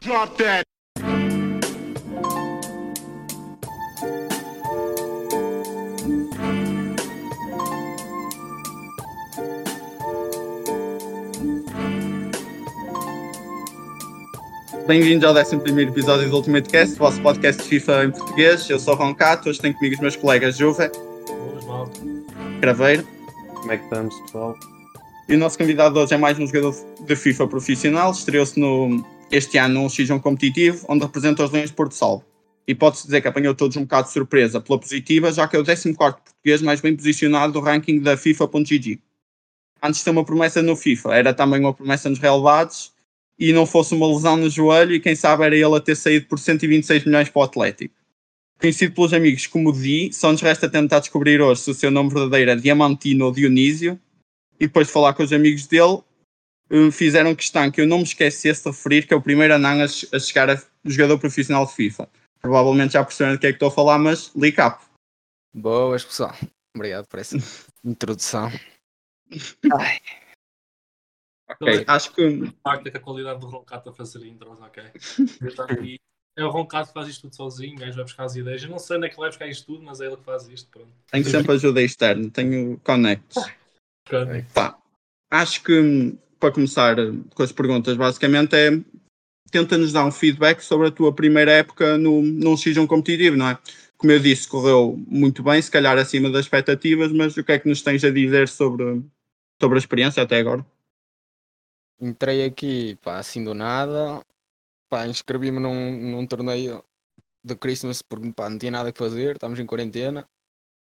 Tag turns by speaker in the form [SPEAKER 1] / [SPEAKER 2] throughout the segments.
[SPEAKER 1] Drop that.
[SPEAKER 2] Bem-vindos ao 11 episódio do Ultimate Cast, o vosso podcast de FIFA em português. Eu sou o Roncato, hoje tenho comigo os meus colegas Juve,
[SPEAKER 3] Boas, malta.
[SPEAKER 2] Craveiro,
[SPEAKER 4] Como é que estamos, pessoal?
[SPEAKER 2] e o nosso convidado hoje é mais um jogador de FIFA profissional. Estreou-se no- este ano num X1 competitivo, onde representa os Leões de Porto Salvo. E pode-se dizer que apanhou todos um bocado de surpresa pela positiva, já que é o 14 português mais bem posicionado do ranking da FIFA.gg. Antes de ter uma promessa no FIFA, era também uma promessa nos relevados, e não fosse uma lesão no joelho, e quem sabe era ele a ter saído por 126 milhões para o Atlético. Conhecido pelos amigos como Di, só nos resta tentar descobrir hoje se o seu nome verdadeiro é Diamantino ou Dionísio, e depois de falar com os amigos dele, eh, fizeram questão que eu não me esquecesse de referir que é o primeiro anão a che- a chegar a jogador profissional de FIFA. Provavelmente já perceberam do que é que estou a falar, mas Licap.
[SPEAKER 5] Boas, pessoal. Obrigado por essa introdução.
[SPEAKER 3] Ok.
[SPEAKER 2] Acho que
[SPEAKER 3] Parte que a qualidade do Roncato a fazer intros, ok? Eu estou aqui. É o Roncato que faz isto tudo sozinho, o gajo vai buscar as ideias. Eu não sei onde é que ele vai buscar isto tudo, mas é ele que faz isto, pronto.
[SPEAKER 2] tenho sempre ajuda externa, tenho connects.
[SPEAKER 3] Pronto.
[SPEAKER 5] É.
[SPEAKER 2] Pá, acho que hum, para começar hum, com as perguntas, basicamente é tenta-nos dar um feedback sobre a tua primeira época no, num X1 competitivo, não é? Como eu disse, correu muito bem, se calhar acima das expectativas, mas o que é que nos tens a dizer sobre, sobre a experiência até agora?
[SPEAKER 5] Entrei aqui, pá, assim do nada. Pá, inscrevi-me num, num torneio de Christmas porque, pá, não tinha nada que fazer, estávamos em quarentena.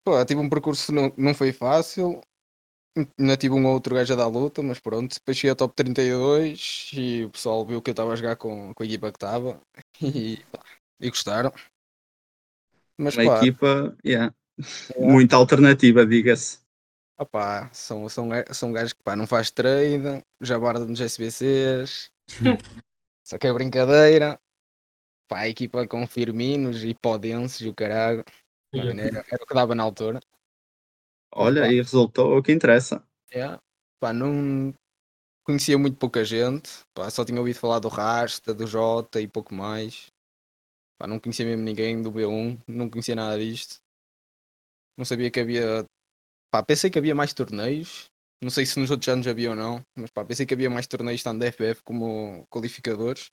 [SPEAKER 5] Pá, tive um percurso que não, não foi fácil. Ainda tive um ou outro gajo a dar luta, mas pronto. Depois cheguei ao top 32 e o pessoal viu que eu estava a jogar com, com a equipa que estava e, pá, e gostaram. Mas,
[SPEAKER 2] Uma
[SPEAKER 5] pá,
[SPEAKER 2] equipa, yeah, muita alternativa, diga-se.
[SPEAKER 5] Opá, são, são, ga- são gajos que pá, não faz trade, já guarda nos SBCs, só que é brincadeira. Pá, a equipa com Firminos e Podenses e o caralho. Pá,
[SPEAKER 3] Yeah.
[SPEAKER 5] Era, era o que dava na altura.
[SPEAKER 2] Olha, e resultou o que interessa.
[SPEAKER 5] É. Pá, não conhecia muito pouca gente, pá, só tinha ouvido falar do Rasta, do Jota e pouco mais. Pá, não conhecia mesmo ninguém do B1, não conhecia nada disto. Não sabia que havia. Pá, pensei que havia mais torneios. Não sei se nos outros anos havia ou não, mas pá, pensei que havia mais torneios tanto da FBF como qualificadores.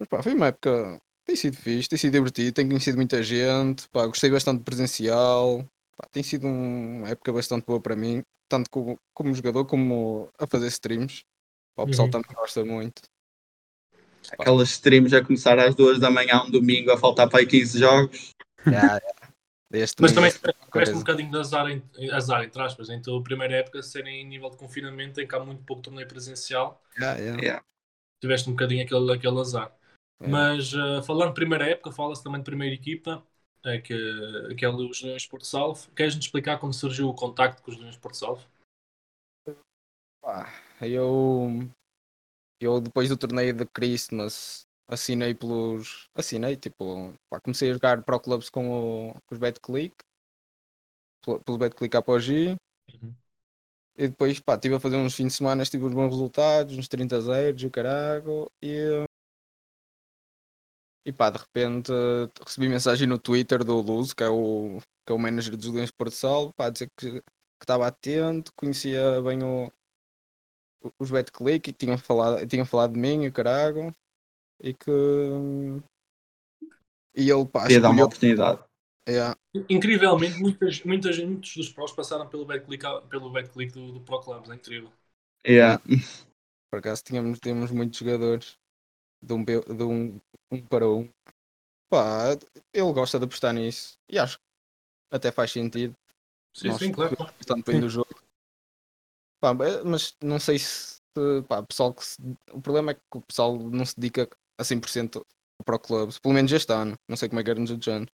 [SPEAKER 5] Mas pá, foi uma época. Tem sido fixe, tem sido divertido, tenho conhecido muita gente, pá, gostei bastante de presencial. Pá, tem sido um, uma época bastante boa para mim tanto como, como jogador como a fazer streams. Pá, o pessoal
[SPEAKER 3] Uhum.
[SPEAKER 5] também gosta muito.
[SPEAKER 2] Aquelas streams a começar às duas da manhã, um domingo, a faltar para aí 15 jogos.
[SPEAKER 5] Yeah, yeah. Este
[SPEAKER 3] Mas também
[SPEAKER 5] mês,
[SPEAKER 3] tiveste um
[SPEAKER 5] coisa.
[SPEAKER 3] bocadinho de azar, em, azar, entre aspas, em tua primeira época, serem em nível de confinamento, em que há muito pouco torneio presencial.
[SPEAKER 5] Yeah, yeah.
[SPEAKER 2] Yeah.
[SPEAKER 3] tiveste um bocadinho aquele, aquele azar.
[SPEAKER 5] É.
[SPEAKER 3] Mas ah, falando de primeira época, fala-se também de primeira equipa, é que, que é os Leões de Porto Salvo. Queres-nos explicar como surgiu o contacto com os Leões de Porto Salvo?
[SPEAKER 5] Pá, eu, eu depois do torneio de Christmas assinei pelos. Assinei, tipo, pá, comecei a jogar Pro Clubs com, o, com os BetClick, pelo, pelo BetClick APOG.
[SPEAKER 3] Uhum.
[SPEAKER 5] E depois, pá, estive a fazer uns fins de semana, tive uns bons resultados, uns 30 zeros, o carago, e. E pá, de repente recebi mensagem no Twitter do Luso, que é o, que é o manager dos Leões de Porto Salvo, pá, a dizer que que estava atento, conhecia bem o, o- os BetClick e que tinham falado, tinham falado de mim e o carago e que e ele pá,
[SPEAKER 2] Podia dar uma
[SPEAKER 5] escolheu,
[SPEAKER 2] oportunidade.
[SPEAKER 5] yeah,
[SPEAKER 3] Incrivelmente, muitas, muitas, muitos dos prós passaram pelo backclick, pelo backclick do, do Pro Clubs, é incrível.
[SPEAKER 2] Yeah.
[SPEAKER 5] por acaso tínhamos, tínhamos muitos jogadores de um, pe- de um, um para um pá, ele gosta de apostar nisso e acho que até faz sentido
[SPEAKER 3] Sim,
[SPEAKER 5] Nós-
[SPEAKER 3] sim, claro.
[SPEAKER 5] estando bem do jogo Pá, ba- mas não sei se pá, o pessoal que se- o problema é que o pessoal não se dedica a 100% para o clubes, pelo menos este ano, não sei como é que era nos outros anos.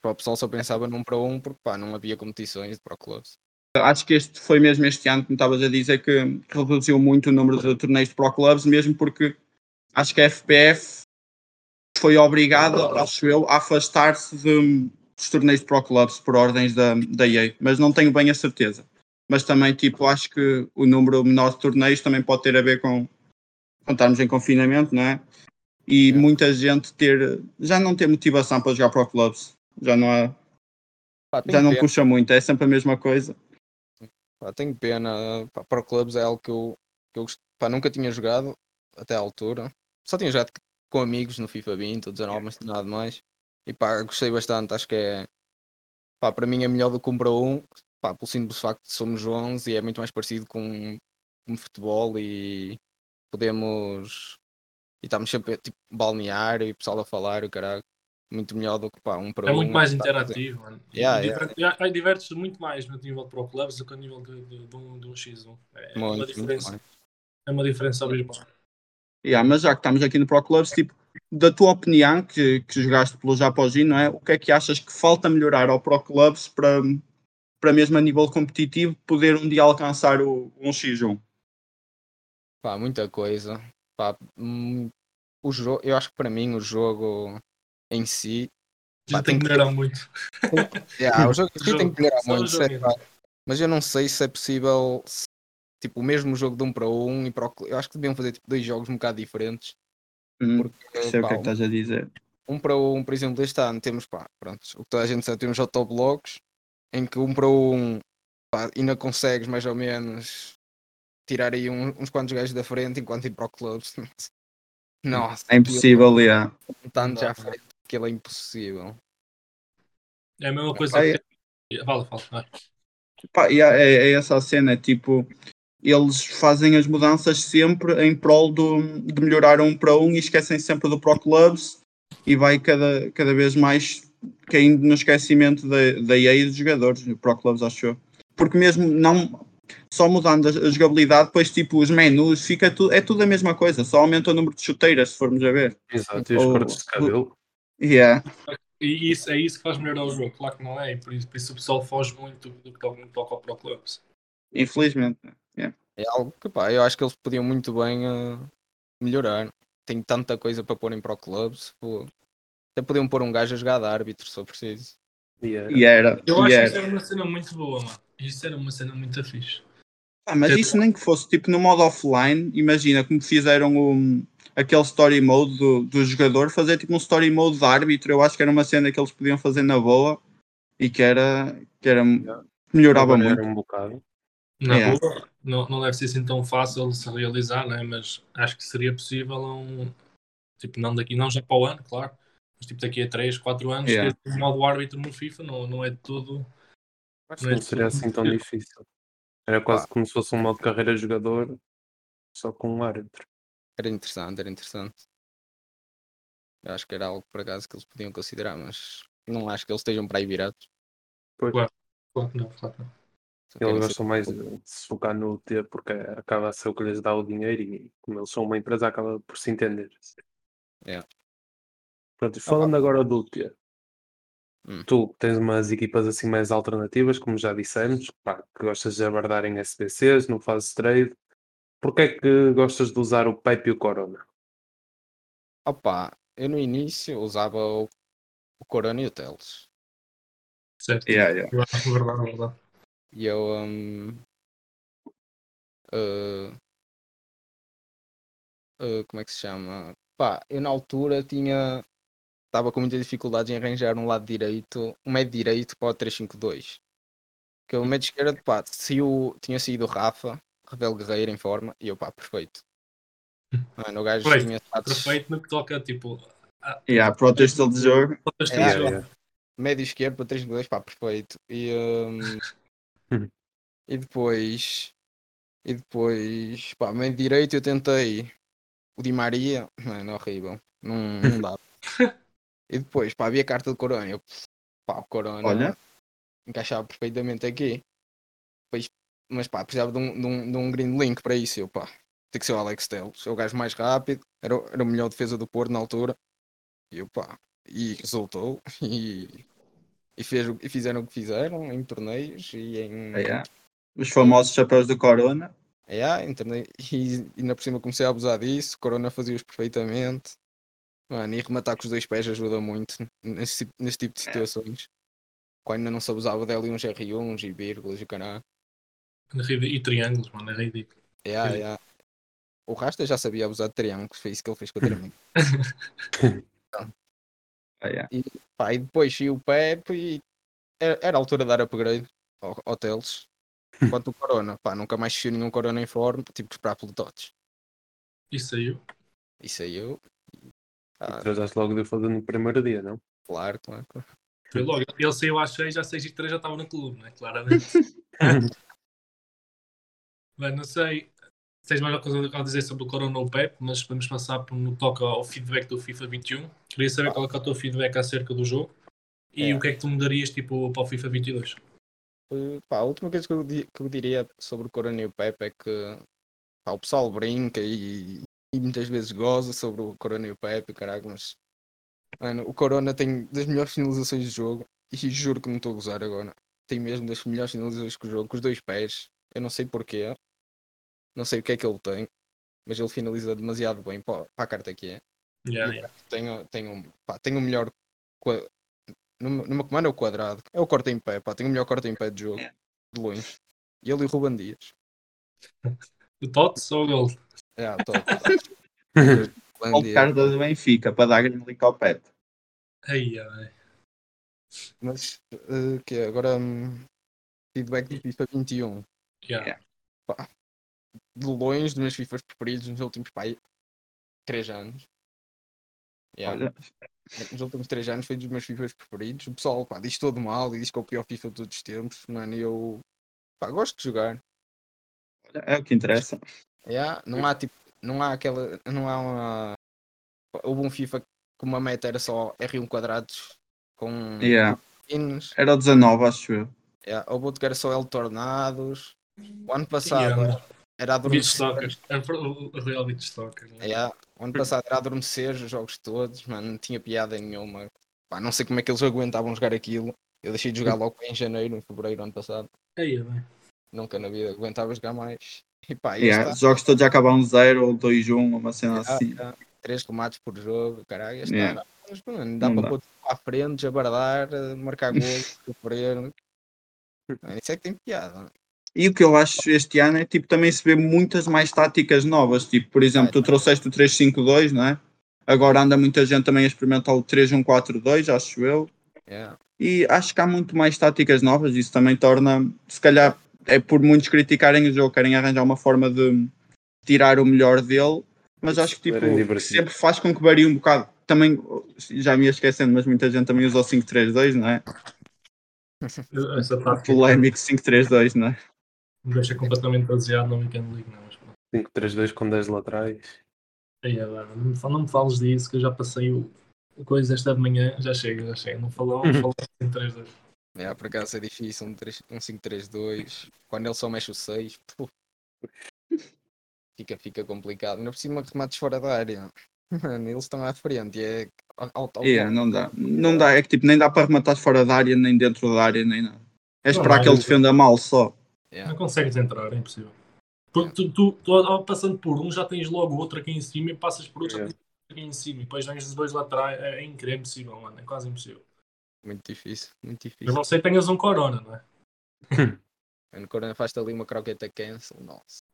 [SPEAKER 5] Pá, O pessoal só pensava num para um porque pá, não havia competições de pro clubes.
[SPEAKER 2] Acho que este foi mesmo este ano que me estavas a dizer que reduziu muito o número de torneios de Pro Clubs, mesmo porque acho que a FPF foi obrigada, acho eu, a afastar-se de- dos torneios de Pro Clubs por ordens da, da EA, mas não tenho bem a certeza. Mas também, tipo, acho que o número menor de torneios também pode ter a ver com, com estarmos em confinamento, não é? e muita gente ter já não ter motivação para jogar para clubes. Já não há,
[SPEAKER 5] Pá, tenho
[SPEAKER 2] já não
[SPEAKER 5] pena,
[SPEAKER 2] puxa muito, é sempre a mesma coisa.
[SPEAKER 5] pá, tenho pena. Pá, para clubes é algo que eu, que eu gost- pá, nunca tinha jogado até à altura. Só tinha jogado com amigos no FIFA 20 ou 19, mas nada mais. E pá, gostei bastante. Acho que é. Pá, para mim é melhor do que um para um. Pá, pelo simples facto de somos 11 e é muito mais parecido com, com futebol e podemos. E estamos sempre tipo balneário e pessoal a falar, o caralho. Muito melhor do que pá, um para
[SPEAKER 3] É
[SPEAKER 5] um.
[SPEAKER 3] muito mais
[SPEAKER 5] tá-
[SPEAKER 3] interativo, mano. E
[SPEAKER 5] Yeah,
[SPEAKER 3] diverte- já- aí Divertes-te muito mais no nível de Pro Clubs do que no nível de, de- de um, de um X1.
[SPEAKER 5] Muito,
[SPEAKER 3] É, uma
[SPEAKER 5] muito
[SPEAKER 3] diferença.
[SPEAKER 5] mais.
[SPEAKER 3] É uma diferença abismal.
[SPEAKER 2] Yeah, mas já que estamos aqui no Pro Clubs, tipo, da tua opinião, que, que jogaste pelo Japogin, não é? O que é que achas que falta melhorar ao Pro Clubs para, para mesmo a nível competitivo poder um dia alcançar o 1x1?
[SPEAKER 5] Pá, muita coisa. Pá, hum, o jogo, eu acho que para mim o jogo em si.
[SPEAKER 3] Já
[SPEAKER 5] Pá,
[SPEAKER 3] tem
[SPEAKER 5] tem
[SPEAKER 3] que
[SPEAKER 5] que-
[SPEAKER 3] melhorar muito.
[SPEAKER 5] Yeah, o jogo em si
[SPEAKER 3] Jogo,
[SPEAKER 5] tem que melhorar
[SPEAKER 3] só o
[SPEAKER 5] muito,
[SPEAKER 3] jogo
[SPEAKER 5] sei
[SPEAKER 3] mesmo.
[SPEAKER 5] lá. mas eu não sei se é possível. se- tipo, o mesmo jogo de um para um e para o, Eu acho que deviam fazer tipo, dois jogos um bocado diferentes.
[SPEAKER 2] Hum,
[SPEAKER 5] Porque,
[SPEAKER 2] sei o
[SPEAKER 5] pá,
[SPEAKER 2] que é que estás a dizer.
[SPEAKER 5] um para um, por exemplo, este ano temos, pá, pronto, o que toda a gente sabe, temos autoblocos, em que um para um, pá, ainda consegues mais ou menos tirar aí um- uns quantos gajos da frente enquanto ir para o clube. Nossa,
[SPEAKER 2] É impossível, yeah.
[SPEAKER 5] aquilo, Tanto já
[SPEAKER 3] Não dá, não.
[SPEAKER 5] feito que aquilo é impossível.
[SPEAKER 3] É a mesma coisa.
[SPEAKER 2] Aí-
[SPEAKER 3] que- Fala, fala. vai.
[SPEAKER 2] Pá, yeah, é, é essa a cena, tipo, eles fazem as mudanças sempre em prol do, de melhorar um para um e esquecem sempre do Pro Clubs e vai cada, cada vez mais caindo no esquecimento da, da EA e dos jogadores, do Pro Clubs, acho eu. Porque mesmo não só mudando a, a jogabilidade, depois tipo os menus, fica tu, é tudo a mesma coisa, só aumenta o número de chuteiras, se formos a ver.
[SPEAKER 4] Exato, e os
[SPEAKER 2] Ou-
[SPEAKER 4] cortes de cabelo.
[SPEAKER 2] Yeah.
[SPEAKER 3] E isso, é isso que faz melhorar o jogo, claro que não é, e por isso, por isso o pessoal foge muito do que toca, no que toca ao Pro Clubs.
[SPEAKER 2] Infelizmente.
[SPEAKER 5] É algo que, pá, eu acho que eles podiam muito bem eh, melhorar. Tem tanta coisa para pôr em pro clubes, pô. Até podiam pôr um gajo a jogar de árbitro, se for preciso.
[SPEAKER 4] Yeah.
[SPEAKER 2] E era.
[SPEAKER 3] Eu acho
[SPEAKER 2] e
[SPEAKER 3] que
[SPEAKER 2] era.
[SPEAKER 3] isso era uma cena muito boa, mano. Isso era uma cena muito fixe.
[SPEAKER 2] Ah, mas
[SPEAKER 3] Tipo-
[SPEAKER 2] isso nem que fosse tipo no modo offline, imagina como fizeram o, aquele story mode do, do jogador, fazer tipo um story mode de árbitro, eu acho que era uma cena que eles podiam fazer na boa e que era, que era melhorava
[SPEAKER 4] Agora
[SPEAKER 2] muito.
[SPEAKER 4] era um bocado.
[SPEAKER 3] Na
[SPEAKER 2] Yeah.
[SPEAKER 3] boa, não, não deve ser assim tão fácil de se realizar, né? mas acho que seria possível a um. Tipo, não daqui, não já para o ano, claro, mas tipo daqui a 3, 4 anos,
[SPEAKER 2] Yeah.
[SPEAKER 3] ter o modo árbitro no FIFA não, não é de todo.
[SPEAKER 4] Acho
[SPEAKER 3] Não
[SPEAKER 4] que
[SPEAKER 3] é
[SPEAKER 4] não seria
[SPEAKER 3] tudo
[SPEAKER 4] assim tão
[SPEAKER 3] muito-
[SPEAKER 4] difícil. Era quase como se fosse um modo de carreira de jogador, só com um árbitro.
[SPEAKER 5] Era interessante, era interessante. Eu acho que era algo por acaso que eles podiam considerar, mas não acho que eles estejam para aí virados.
[SPEAKER 4] Pois,
[SPEAKER 3] Claro. Claro que não, claro que não.
[SPEAKER 4] eles
[SPEAKER 5] Só querem ser-
[SPEAKER 4] gostam mais eh, de se focar no T porque acaba a ser o que lhes dá o dinheiro e como eles são uma empresa acaba por se entender.
[SPEAKER 2] É.
[SPEAKER 5] Yeah.
[SPEAKER 4] Pronto,
[SPEAKER 2] Ah,
[SPEAKER 4] e falando agora do T,
[SPEAKER 5] Hum.
[SPEAKER 4] tu tens umas equipas assim mais alternativas, como já dissemos, pá, que gostas de abordar em SBCs, não fazes trade. Porquê é que gostas de usar o Pepe e o Corona?
[SPEAKER 5] Opa, eu no início usava o, o Corona e o Teles.
[SPEAKER 3] Certo.
[SPEAKER 2] Yeah, yeah.
[SPEAKER 3] é Verdade, verdade.
[SPEAKER 5] E eu. hum, eh, eh, como é que se chama? Pá, eu na altura tinha. Estava com muita dificuldade em arranjar um lado direito, um médio direito para o 352. Que o médio esquerdo, pá, saiu, tinha saído o Rafa, Rebelo Guerreiro em forma, e eu, pá, perfeito. Mano, o gajo
[SPEAKER 3] Hum. Perfeito,
[SPEAKER 5] tinha status
[SPEAKER 3] Perfeito no que toca, tipo,
[SPEAKER 2] Yeah, para o teu estilo de jogo,
[SPEAKER 3] outras
[SPEAKER 5] É,
[SPEAKER 3] três
[SPEAKER 5] é.
[SPEAKER 3] jogos.
[SPEAKER 5] médio esquerdo para 352, pá, perfeito. E, hum, e depois, e depois, pá, meio direito eu tentei o Di Maria, mano, é horrível, não, não dá. e depois, pá, havia a carta do Corona, eu, pá, o Corona
[SPEAKER 2] Olha.
[SPEAKER 5] encaixava perfeitamente aqui. Depois, mas pá, precisava de um, de, um, de um green link para isso, eu, pá, tem que ser o Alex Telles, é o gajo mais rápido, era, o- era o melhor defesa do Porto na altura, e eu, pá, e resultou, e, e, fez, o- e fizeram o que fizeram em torneios e em,
[SPEAKER 2] Ah, yeah. os famosos chapéus do Corona.
[SPEAKER 5] é, ah, em torneio- e e ainda por cima comecei a abusar disso, Corona fazia-os perfeitamente. Mano, e rematar com os dois pés ajuda muito nesse, tipo- nesse tipo de situações. Quando ainda não se abusava dela e uns R1s e vírgulas e o caralho.
[SPEAKER 3] E triângulos, mano, é ridículo.
[SPEAKER 5] É, ah,
[SPEAKER 3] Sim.
[SPEAKER 5] é, ah. O Rasta já sabia abusar de triângulos, foi isso que ele fez contra mim.
[SPEAKER 2] Ah, yeah.
[SPEAKER 5] Pá, e depois saiu o Pep e era, era a altura de dar upgrade ao, ao Teles. Enquanto o Corona, pá, nunca mais saiu nenhum Corona em forma, tipo, tive que esperar pelo Tots.
[SPEAKER 3] Isso aí.
[SPEAKER 5] Isso aí eu. Ah,
[SPEAKER 4] Trazaste logo de fazer no primeiro dia, não?
[SPEAKER 5] claro, claro. claro.
[SPEAKER 3] Foi logo. Ele saiu às 6, às 6 e 3 já estava no clube, né? Claramente. Bem, não sei se tens mais alguma coisa a dizer sobre o Corona ou o Pep, mas vamos passar por, no que toca ao feedback do FIFA 21. Queria saber qual é, que é o teu feedback acerca do jogo e
[SPEAKER 5] É.
[SPEAKER 3] o que é que tu mudarias tipo, para o FIFA 22.
[SPEAKER 5] Eh, pá, a última coisa que eu, di- que eu diria sobre o Corona e o Pepe é que pá, o pessoal brinca e, e muitas vezes goza sobre o Corona e o Pepe, caraca, mas mano, o Corona tem das melhores finalizações do jogo e juro que não estou a gozar agora. Tem mesmo das melhores finalizações do jogo, com os dois pés. Eu não sei porquê, não sei o que é que ele tem, mas ele finaliza demasiado bem para, para a carta que é
[SPEAKER 3] Yeah, yeah.
[SPEAKER 5] tenho, tenho, pá, tenho o melhor. qua- Numa, numa comanda é o quadrado. É o corte em pé, pá, tenho o melhor corte em pé de jogo.
[SPEAKER 2] É.
[SPEAKER 5] De longe. E ele e o Ruban Dias.
[SPEAKER 3] O Tots ou o Gold?
[SPEAKER 5] É, ah, top. Ruban
[SPEAKER 2] Ou
[SPEAKER 5] Dias.
[SPEAKER 2] carta do Benfica para dar grande link ao Pep.
[SPEAKER 3] Ai, ai.
[SPEAKER 5] Mas eh, que é, agora hum, feedback do FIFA 21.
[SPEAKER 3] Yeah.
[SPEAKER 2] Yeah.
[SPEAKER 5] De longe, dos meus FIFAs preferidos nos últimos pá, 3 anos. Yeah.
[SPEAKER 2] Olha,
[SPEAKER 5] nos últimos três anos foi dos meus FIFAs preferidos. O pessoal pá, diz todo mal e diz que é o pior FIFA de todos os tempos. Mano, e eu pá, gosto de jogar.
[SPEAKER 2] é o que interessa.
[SPEAKER 5] Yeah, não há tipo, não há aquela, não há uma. Houve um FIFA que uma meta era só R1 quadrados com
[SPEAKER 2] Yeah.
[SPEAKER 5] pins.
[SPEAKER 2] Era o 19, acho eu.
[SPEAKER 5] Yeah. Houve outro que era só L tornados. O ano passado
[SPEAKER 3] Yeah.
[SPEAKER 5] era
[SPEAKER 3] Beach
[SPEAKER 5] adormecer.
[SPEAKER 3] Stalkers. É o o Real Beach Stalkers. né?
[SPEAKER 5] Yeah. O ano passado era adormecer os jogos todos, mano, não tinha piada nenhuma. Pá, não sei como é que eles aguentavam jogar aquilo. Eu deixei de jogar logo em janeiro, em fevereiro, ano passado.
[SPEAKER 3] Ai, ai.
[SPEAKER 5] Nunca na vida aguentava jogar mais. E pá, e
[SPEAKER 2] Yeah,
[SPEAKER 5] está.
[SPEAKER 2] Os jogos todos acabaram 0 ou 2-1, uma cena
[SPEAKER 5] Ah,
[SPEAKER 2] assim.
[SPEAKER 5] ah, Três remates por jogo, caralho, este
[SPEAKER 2] Yeah.
[SPEAKER 5] cara, mas, mano, dá
[SPEAKER 2] Não
[SPEAKER 5] para
[SPEAKER 2] dá.
[SPEAKER 5] pôr tudo para a frente, jabardar, eh, marcar gol, sofrer. Mano, Isso é que tem piada.
[SPEAKER 2] E o que eu acho este ano é tipo também se vê muitas mais táticas novas. Tipo, por exemplo, tu trouxeste o 3-5-2, não é? Agora anda muita gente também a experimentar o 3-1-4-2, acho eu.
[SPEAKER 5] Yeah.
[SPEAKER 2] E acho que há muito mais táticas novas. Isso também torna, se calhar, é por muitos criticarem o jogo, querem arranjar uma forma de tirar o melhor dele. Mas acho que
[SPEAKER 4] Serem
[SPEAKER 2] tipo,
[SPEAKER 4] divertidos.
[SPEAKER 2] sempre faz com que varie um bocado. Também, já me ia esquecendo, mas muita gente também usa o 5-3-2, não é?
[SPEAKER 3] Essa parte
[SPEAKER 2] Polémico 5-3-2, não é?
[SPEAKER 3] me deixa completamente baseado na Weekend League, não, mas pronto.
[SPEAKER 4] 5-3-2 com 10 laterais.
[SPEAKER 3] Ai, ai, mano, não, me fal- não me fales disso, que eu já passei o, o coisa esta de manhã, já chega, já chega. Não assim falamos,
[SPEAKER 4] Uhum.
[SPEAKER 3] falamos em 3 2
[SPEAKER 5] Yeah, por acaso é difícil, um, três- um 5-3-2. Quando ele só mexe o 6, pô, fica, fica complicado. Ainda por cima, remates fora da área. Mano, eles estão à frente e é alto, alto.
[SPEAKER 2] Yeah, não dá. Não dá, é que tipo, nem dá para rematar fora da área, nem dentro da área, nem nada. É
[SPEAKER 3] Não
[SPEAKER 2] esperar
[SPEAKER 3] dá,
[SPEAKER 2] que ele
[SPEAKER 3] não.
[SPEAKER 2] defenda mal só.
[SPEAKER 5] Yeah.
[SPEAKER 3] Não consegues entrar, é impossível. Porque tu, tu, tu ao- ao passando por um, já tens logo outro aqui em cima e passas por outro, já
[SPEAKER 4] Yeah.
[SPEAKER 3] tens outro aqui em cima e depois ganhas os dois lá atrás. É, é incrível, é impossível, mano, é quase impossível.
[SPEAKER 5] Muito difícil, muito
[SPEAKER 3] Eu
[SPEAKER 5] difícil.
[SPEAKER 3] não sei que tenhas um Corona, não é?
[SPEAKER 5] Mano, Corona faz-te ali uma croqueta cancel, nossa.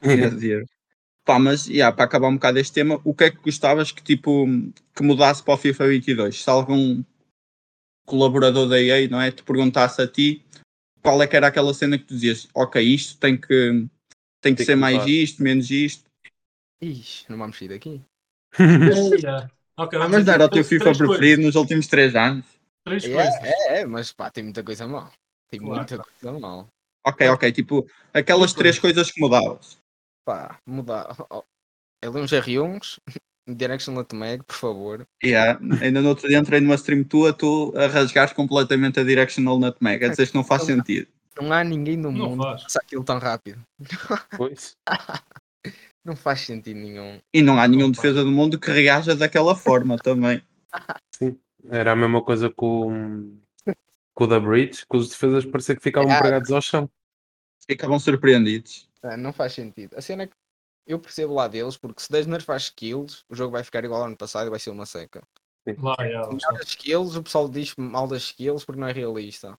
[SPEAKER 2] Quer dizer. É Pá, mas yeah, para acabar um bocado este tema, o que é que gostavas que tipo que mudasse para o FIFA 22? Se algum colaborador da EA não é, te perguntasse a ti qual é que era aquela cena que tu dizias, ok, isto tem que tem
[SPEAKER 4] Tem
[SPEAKER 2] que ser
[SPEAKER 4] que
[SPEAKER 2] mais
[SPEAKER 4] mudar."
[SPEAKER 2] isto, menos isto.
[SPEAKER 5] Ixi, não vamos sair daqui.
[SPEAKER 3] Yeah. É, Ok,
[SPEAKER 2] Ah,
[SPEAKER 3] vamos
[SPEAKER 2] mas
[SPEAKER 3] dizer
[SPEAKER 2] era o teu
[SPEAKER 3] três-
[SPEAKER 2] FIFA
[SPEAKER 3] três coisas,
[SPEAKER 2] preferido nos últimos três anos.
[SPEAKER 3] Três
[SPEAKER 5] É,
[SPEAKER 3] coisas.
[SPEAKER 5] é, é, mas pá, tem muita coisa mal. Tem
[SPEAKER 3] Claro.
[SPEAKER 5] muita coisa mal.
[SPEAKER 2] Ok, ok, tipo, aquelas três coisas que mudavas.
[SPEAKER 5] Pá, mudar. Oh, ele é uns R1s, Direction Latmeg, por favor.
[SPEAKER 2] Yeah, ainda no outro dia entrei numa stream tua, tu a rasgares completamente a directional nutmeg, a
[SPEAKER 5] É
[SPEAKER 2] dizer que não faz sentido.
[SPEAKER 5] Não há ninguém no
[SPEAKER 3] Não
[SPEAKER 5] mundo
[SPEAKER 3] faz.
[SPEAKER 5] que faça aquilo tão rápido.
[SPEAKER 4] Pois.
[SPEAKER 5] Não faz sentido nenhum.
[SPEAKER 2] E não há nenhum defesa do mundo que reaja daquela forma também.
[SPEAKER 4] Era a mesma coisa com, com o da Bridge, que os defesas parecia que ficavam
[SPEAKER 5] Ah.
[SPEAKER 4] pregados ao chão.
[SPEAKER 2] Ficavam surpreendidos.
[SPEAKER 5] Ah, não faz sentido. A cena é que eu percebo lá deles, porque se 10 nerfar skills, o jogo vai ficar igual ao ano passado e vai ser uma seca.
[SPEAKER 3] Lá, yeah, lá está.
[SPEAKER 5] Melhor das skills, o pessoal diz mal das skills porque não é realista.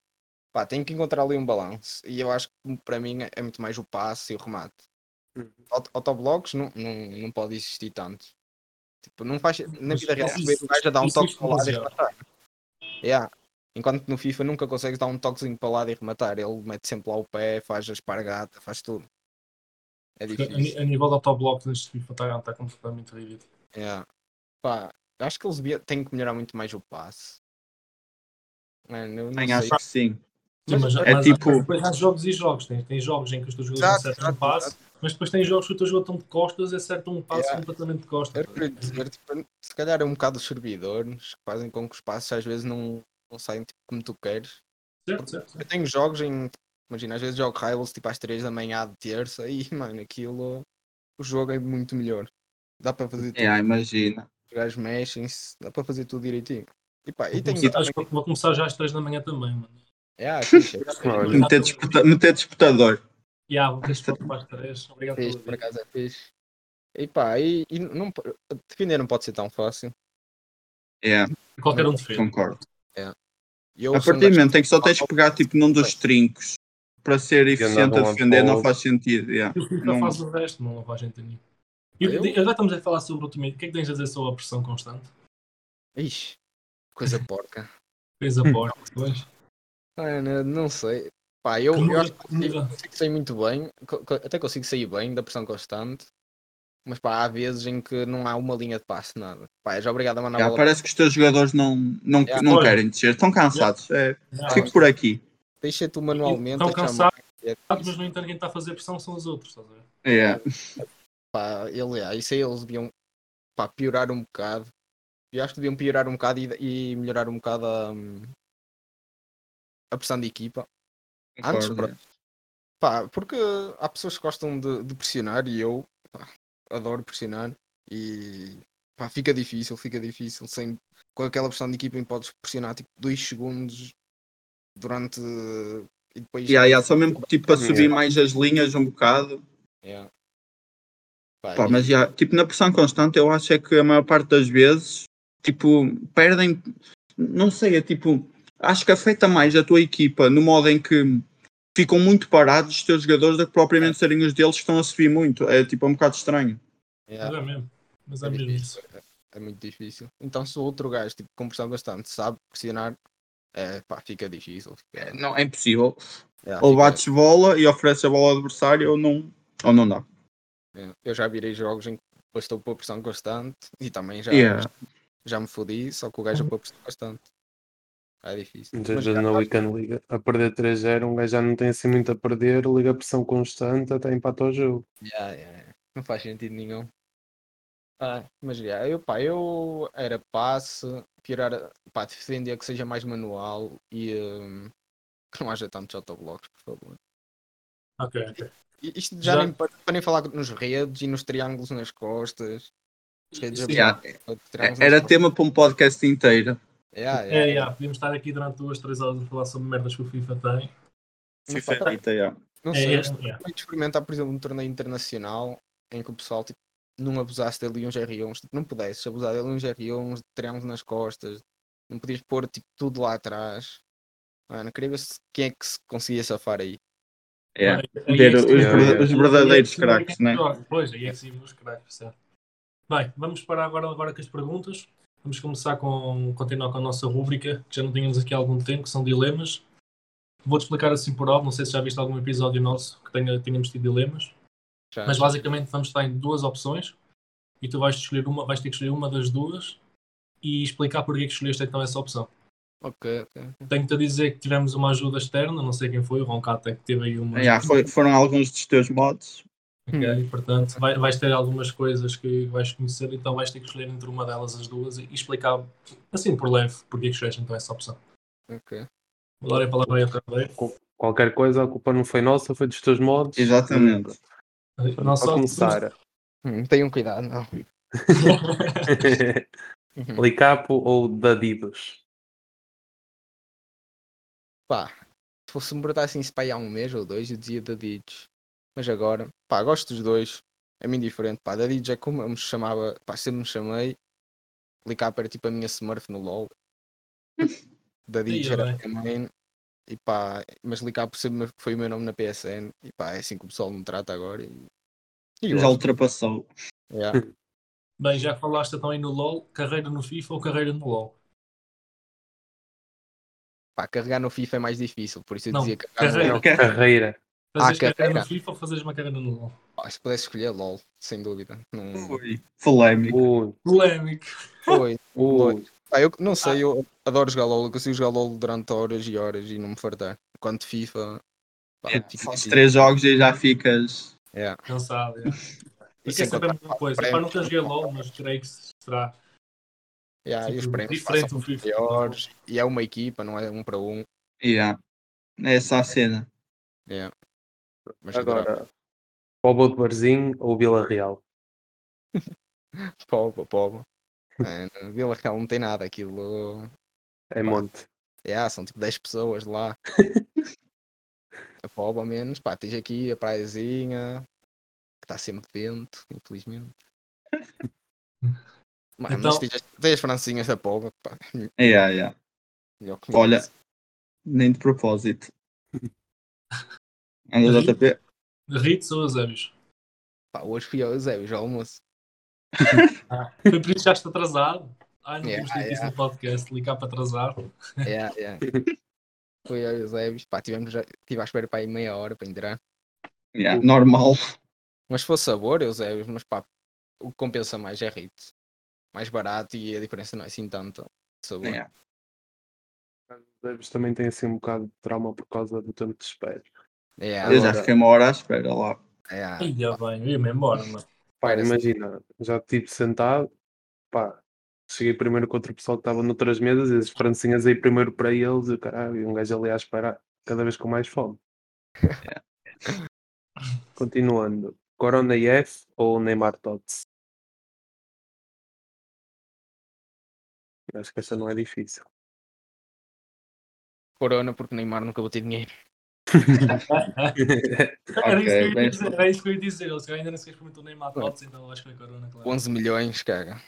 [SPEAKER 5] Pá, tem que encontrar ali um balanço. E eu acho que para mim é muito mais o passe e o remate.
[SPEAKER 3] Uhum.
[SPEAKER 5] aut- autoblocos não, não, não pode existir tanto. Tipo, não faz. Na vida real,
[SPEAKER 3] Isso-
[SPEAKER 5] ver o gajo a dar um
[SPEAKER 3] isso
[SPEAKER 5] toque para o lado e
[SPEAKER 3] influencia.
[SPEAKER 5] rematar. Yeah. Enquanto que no FIFA nunca consegues dar um toquezinho para o lado e rematar. Ele mete sempre lá o pé, faz a espargata, faz tudo. É
[SPEAKER 3] Porque
[SPEAKER 5] difícil.
[SPEAKER 3] A, ni- a nível de autobloco neste FIFA está está completamente ridículo.
[SPEAKER 5] Yeah. É. Pá, acho que eles devia- têm que melhorar muito mais o passe. Mano, eu não
[SPEAKER 2] Nem
[SPEAKER 5] sei.
[SPEAKER 2] acho que sim.
[SPEAKER 3] Sim, mas,
[SPEAKER 2] É
[SPEAKER 3] mas
[SPEAKER 2] tipo-
[SPEAKER 3] há- depois há jogos e jogos. Tem, tem jogos em que os teus jogadores
[SPEAKER 5] Exato,
[SPEAKER 3] acertam um
[SPEAKER 5] exato,
[SPEAKER 3] passe, mas depois tem jogos que o teu jogador estão de costas e acertam um passe
[SPEAKER 5] Yeah.
[SPEAKER 3] completamente de costas.
[SPEAKER 5] Eu queria dizer, tipo, se calhar é um bocado os servidores que fazem com que os passos às vezes não, não saiam tipo, como tu queres.
[SPEAKER 3] Certo, certo.
[SPEAKER 5] Eu tenho jogos em. Imagina, às vezes jogo Rivals tipo às 3 da manhã de terça e, mano, aquilo. O jogo é muito melhor. Dá para fazer tudo.
[SPEAKER 2] É, imagina.
[SPEAKER 5] Os gajos mexem-se, dá para fazer tudo direitinho. E pá, e
[SPEAKER 3] Vou
[SPEAKER 5] tem.
[SPEAKER 3] começar- acho que vou começar já às 3 da manhã também, mano.
[SPEAKER 5] É, ah, fixe, é fixe.
[SPEAKER 4] Olha,
[SPEAKER 2] Meter, disputa- meter disputador.
[SPEAKER 3] Ya, vou ter esporte para as 3. Obrigado
[SPEAKER 5] Fixe,
[SPEAKER 3] pelo
[SPEAKER 5] por acaso é fixe. E pá, e, e não, defender não pode ser tão fácil.
[SPEAKER 2] É,
[SPEAKER 3] Qualquer um defende.
[SPEAKER 2] concordo.
[SPEAKER 5] E eu
[SPEAKER 2] A partir
[SPEAKER 5] sou um
[SPEAKER 2] do
[SPEAKER 5] gajo-
[SPEAKER 2] momento em que só tens de pegar tipo num dos trincos para ser eficiente a
[SPEAKER 4] andar de um lado
[SPEAKER 2] defender,
[SPEAKER 4] para o
[SPEAKER 2] não
[SPEAKER 4] outro.
[SPEAKER 2] faz sentido. é.
[SPEAKER 3] E o FIFA
[SPEAKER 2] Não-
[SPEAKER 3] faz o resto, não, não faz gente nenhum. E
[SPEAKER 5] Eu?
[SPEAKER 3] e agora estamos a falar sobre o Ultimate. O que é que tens a dizer sobre a pressão constante?
[SPEAKER 5] Ixi, coisa porca.
[SPEAKER 3] Tens a
[SPEAKER 2] Hum.
[SPEAKER 3] porta, depois.
[SPEAKER 5] Mano, não sei. Pá, eu,
[SPEAKER 3] Que
[SPEAKER 5] eu acho que
[SPEAKER 3] muda, que
[SPEAKER 5] consigo,
[SPEAKER 3] muda.
[SPEAKER 5] consigo sair muito bem, co- co- até consigo sair bem da pressão constante, mas pá, há vezes em que não há uma linha de passe, nada. Pá, és obrigado a mandar
[SPEAKER 2] Já,
[SPEAKER 5] bola.
[SPEAKER 2] parece que os teus jogadores não, não,
[SPEAKER 5] É,
[SPEAKER 2] não
[SPEAKER 3] olha.
[SPEAKER 2] querem descer, estão cansados. É,
[SPEAKER 5] Tá,
[SPEAKER 3] Ya,
[SPEAKER 2] fico por aqui.
[SPEAKER 5] Deixa-te manualmente.
[SPEAKER 3] Estão
[SPEAKER 5] a chamar,
[SPEAKER 3] cansados,
[SPEAKER 5] é
[SPEAKER 3] Ah, mas
[SPEAKER 5] difícil.
[SPEAKER 3] no entanto quem está a fazer pressão são os outros, estás a ver?
[SPEAKER 2] É.
[SPEAKER 5] Pá, ele, ah, isso aí eles deviam pá, piorar um bocado. Eu acho que deviam piorar um bocado e, e melhorar um bocado a, hum, a pressão de equipa. Antes,
[SPEAKER 2] concordo.
[SPEAKER 5] pronto. Pá, porque há pessoas que gostam de, de pressionar e eu pá, adoro pressionar e pá, fica difícil, fica difícil. Sem, com aquela pressão de equipa em que podes pressionar tipo 2 segundos durante e depois
[SPEAKER 2] Yeah, yeah, só mesmo tipo para subir mais as linhas um bocado.
[SPEAKER 5] Yeah. Pá,
[SPEAKER 2] Pá,
[SPEAKER 5] e-
[SPEAKER 2] mas yeah, tipo na pressão constante eu acho é que a maior parte das vezes tipo perdem, não sei, é tipo, acho que afeta mais a tua equipa no modo em que ficam muito parados os teus jogadores do que propriamente serem os deles que estão a subir muito. É tipo é um bocado estranho.
[SPEAKER 5] yeah,
[SPEAKER 3] Mas é mesmo. Mas
[SPEAKER 5] é
[SPEAKER 3] é mesmo isso.
[SPEAKER 5] difícil, é- é muito difícil. Então se o outro gajo tipo, com pressão bastante sabe pressionar, é, pá, fica difícil. Fica,
[SPEAKER 2] Não, é impossível.
[SPEAKER 5] yeah,
[SPEAKER 2] Ou
[SPEAKER 5] fica-
[SPEAKER 2] bates bola e oferece a bola ao adversário ou não, ou não dá.
[SPEAKER 5] É, Eu já virei jogos em que bastou pôr pressão constante e também já,
[SPEAKER 2] Yeah.
[SPEAKER 5] já me fodi, só que o gajo pôr pressão constante. É difícil. Mas
[SPEAKER 4] Desde
[SPEAKER 5] já-
[SPEAKER 4] na Weekend Liga, a perder 3-0, um gajo já não tem assim muito a perder, liga a pressão constante até empata o jogo.
[SPEAKER 5] já, já, já. Não faz sentido nenhum. Ah, mas já, eu, pá, eu era passe, piorar, a- pá, defender que seja mais manual e hum, que não haja tantos autoblocos, por favor.
[SPEAKER 3] Ok, ok.
[SPEAKER 5] E Isto já,
[SPEAKER 3] Já-
[SPEAKER 5] Nem, para, para nem falar nos redes e nos triângulos nas costas. Os redes
[SPEAKER 3] Sim,
[SPEAKER 5] abertos,
[SPEAKER 2] Yeah.
[SPEAKER 5] os triângulos nas
[SPEAKER 2] é, Era
[SPEAKER 5] costas.
[SPEAKER 2] tema para um podcast inteiro.
[SPEAKER 5] Yeah, yeah,
[SPEAKER 3] É, yeah, podíamos estar aqui durante duas, três horas a falar sobre merdas que o FIFA tem.
[SPEAKER 5] Não, pá, tá-
[SPEAKER 2] yeah.
[SPEAKER 5] não
[SPEAKER 3] É,
[SPEAKER 5] sei,
[SPEAKER 3] é, yeah.
[SPEAKER 5] Também de experimentar, por exemplo, um torneio internacional em que o pessoal tipo, não abusasse dele e uns R1s, tipo, não pudesse abusar dele e uns R1s, de triângulos nas costas, não podias pôr tipo, tudo lá atrás. Mano, queria ver se- quem é que se conseguia safar aí.
[SPEAKER 2] Yeah.
[SPEAKER 3] Aí
[SPEAKER 2] Ver
[SPEAKER 3] é
[SPEAKER 2] os
[SPEAKER 3] que se-
[SPEAKER 4] verda-
[SPEAKER 3] aí
[SPEAKER 2] os
[SPEAKER 3] é
[SPEAKER 2] verdadeiros
[SPEAKER 3] que se vê quem
[SPEAKER 2] craques, né?
[SPEAKER 3] joga. Pois, aí é que se vê os craques, certo. Bem, vamos parar agora, agora com as perguntas. Vamos começar com, continuar com a nossa rúbrica, que já não tínhamos aqui há algum tempo, que são dilemas. Vou-te explicar assim por alto, não sei se já viste algum episódio nosso que tenha, tínhamos tido dilemas,
[SPEAKER 5] Já,
[SPEAKER 3] mas basicamente vamos estar em duas opções e tu vais, escolher uma, vais ter que escolher uma das duas e explicar porque é que escolheste então essa opção.
[SPEAKER 5] Ok, ok.
[SPEAKER 3] Tenho-te a dizer que tivemos uma ajuda externa, não sei quem foi, o Roncato é que teve aí uma.
[SPEAKER 2] Yeah, foi- foram alguns dos teus mods.
[SPEAKER 3] Ok, portanto, vai- vais ter algumas coisas que vais conhecer, então vais ter que escolher entre uma delas as duas e explicar, assim por leve, porque é que escolheste então essa opção.
[SPEAKER 5] ok.
[SPEAKER 3] Vou dar a palavra aí outra vez.
[SPEAKER 4] Qual- Qualquer coisa, a culpa não foi nossa, foi dos teus modos.
[SPEAKER 2] Exatamente.
[SPEAKER 3] Não
[SPEAKER 4] Para
[SPEAKER 3] só-
[SPEAKER 4] começar,
[SPEAKER 5] Hum, tenham cuidado, não. Uhum.
[SPEAKER 4] Licapo ou Dadidos?
[SPEAKER 5] Pá, se fosse me perguntar assim se pá, aí há um mês ou dois, eu dizia da Dids. Mas agora, pá, gosto dos dois. É mim diferente, pá, da Dids é como eu me chamava, pá, sempre me chamei. Clicar para tipo a minha Smurf no LOL. da Dids
[SPEAKER 3] Ia
[SPEAKER 5] era
[SPEAKER 3] bem.
[SPEAKER 5] a minha main. E pá, mas Licap sempre me- foi o meu nome na PSN. E pá, é assim que o pessoal me trata agora. E E
[SPEAKER 2] Já
[SPEAKER 5] gosto.
[SPEAKER 2] ultrapassou.
[SPEAKER 5] Yeah.
[SPEAKER 3] Bem, já que falaste também no LoL, carreira no FIFA ou carreira no LoL?
[SPEAKER 5] Pá, carregar no FIFA é mais difícil, por isso eu
[SPEAKER 3] Não,
[SPEAKER 5] dizia carregar
[SPEAKER 3] carrega.
[SPEAKER 5] no LOL.
[SPEAKER 2] Carreira.
[SPEAKER 4] Carreira.
[SPEAKER 3] Fazes
[SPEAKER 5] Ah,
[SPEAKER 3] carreira
[SPEAKER 5] carreira.
[SPEAKER 3] no FIFA ou fazes uma carreira no LoL?
[SPEAKER 5] Pá, se pudesse escolher, LOL, sem dúvida. Não...
[SPEAKER 2] Ui, polémico.
[SPEAKER 4] Ui,
[SPEAKER 3] Polémico.
[SPEAKER 5] Foi.
[SPEAKER 4] ui.
[SPEAKER 5] Pá, Ah, eu não sei, eu adoro jogar LOL, eu consigo jogar LOL durante horas e horas e não me fartar. Enquanto FIFA. Pá,
[SPEAKER 2] É,
[SPEAKER 5] tipo,
[SPEAKER 2] Fazes três jogos e já ficas.
[SPEAKER 5] yeah.
[SPEAKER 3] Cansado, é. Isso
[SPEAKER 5] Isso
[SPEAKER 3] é sempre a
[SPEAKER 5] enquanto-
[SPEAKER 3] mesma coisa.
[SPEAKER 5] prémios.
[SPEAKER 3] Pá, nunca joguei LoL, mas creio que será
[SPEAKER 5] yeah, Ah, e os
[SPEAKER 3] tipo,
[SPEAKER 5] prémios pá,
[SPEAKER 3] diferente
[SPEAKER 5] são
[SPEAKER 3] do FIFA.
[SPEAKER 5] maiores e é uma equipa, não é um para um.
[SPEAKER 2] Yeah. É essa a cena.
[SPEAKER 5] Yeah. Mas é adorava.
[SPEAKER 4] Agora, Pobo de Barzinho ou Vila Real?
[SPEAKER 5] Povo, povo. Mano, Vila Real não tem nada, aquilo.
[SPEAKER 4] É monte.
[SPEAKER 5] Yeah, são tipo 10 pessoas lá. a povo, ao menos. Pá, tens aqui a praiazinha, que está sempre vento, infelizmente. Mano,
[SPEAKER 3] Então-
[SPEAKER 5] mas tens, as- tens as francinhas da povo, pá,
[SPEAKER 2] Yeah, yeah.
[SPEAKER 5] melhor que
[SPEAKER 2] Olha.
[SPEAKER 5] isso.
[SPEAKER 2] Nem de propósito. Anda
[SPEAKER 3] Sim.
[SPEAKER 2] JP.
[SPEAKER 3] Ritz ou Azebios?
[SPEAKER 5] Pá, hoje fui ao Eusébio, já almoço.
[SPEAKER 3] Foi por isso que já está atrasado. Ai, não
[SPEAKER 5] Yeah,
[SPEAKER 3] temos dito isso
[SPEAKER 5] yeah.
[SPEAKER 3] no podcast. Ligar para atrasar.
[SPEAKER 5] Yeah, yeah. fui ao Eusébio, pá, tivemos, já- tive à espera para aí meia hora para entrar.
[SPEAKER 2] Yeah, normal.
[SPEAKER 5] Mas se for sabor, Eusébio, mas pá, o que compensa mais é Ritz. Mais barato e a diferença não é assim tanta. de Sabor.
[SPEAKER 2] Yeah.
[SPEAKER 4] Deves também tem assim um bocado de trauma por causa do tempo de espera.
[SPEAKER 5] É,
[SPEAKER 2] Eu já
[SPEAKER 5] agora-
[SPEAKER 2] fiquei uma hora à espera lá.
[SPEAKER 5] é,
[SPEAKER 3] Ai, já bem, eu ia-me embora, mano.
[SPEAKER 4] Pá, assim.
[SPEAKER 5] Parece-
[SPEAKER 4] imagina, já estive sentado, pá, cheguei primeiro com outro pessoal que estava noutras mesas e as francinhas aí primeiro para eles e o caralho, e um gajo ali à espera, cada vez com mais fome. Continuando, Corona IF ou Neymar Tots? Eu Acho que esta não é difícil.
[SPEAKER 5] Corona, porque Neymar nunca botei dinheiro.
[SPEAKER 3] Era isso que eu
[SPEAKER 2] bem
[SPEAKER 3] ia dizer. Era isso que eu ia dizer. Ele se calhar ainda não se experimentou nem Matotes, então acho que foi Corona, claro.
[SPEAKER 5] 11 milhões, caga.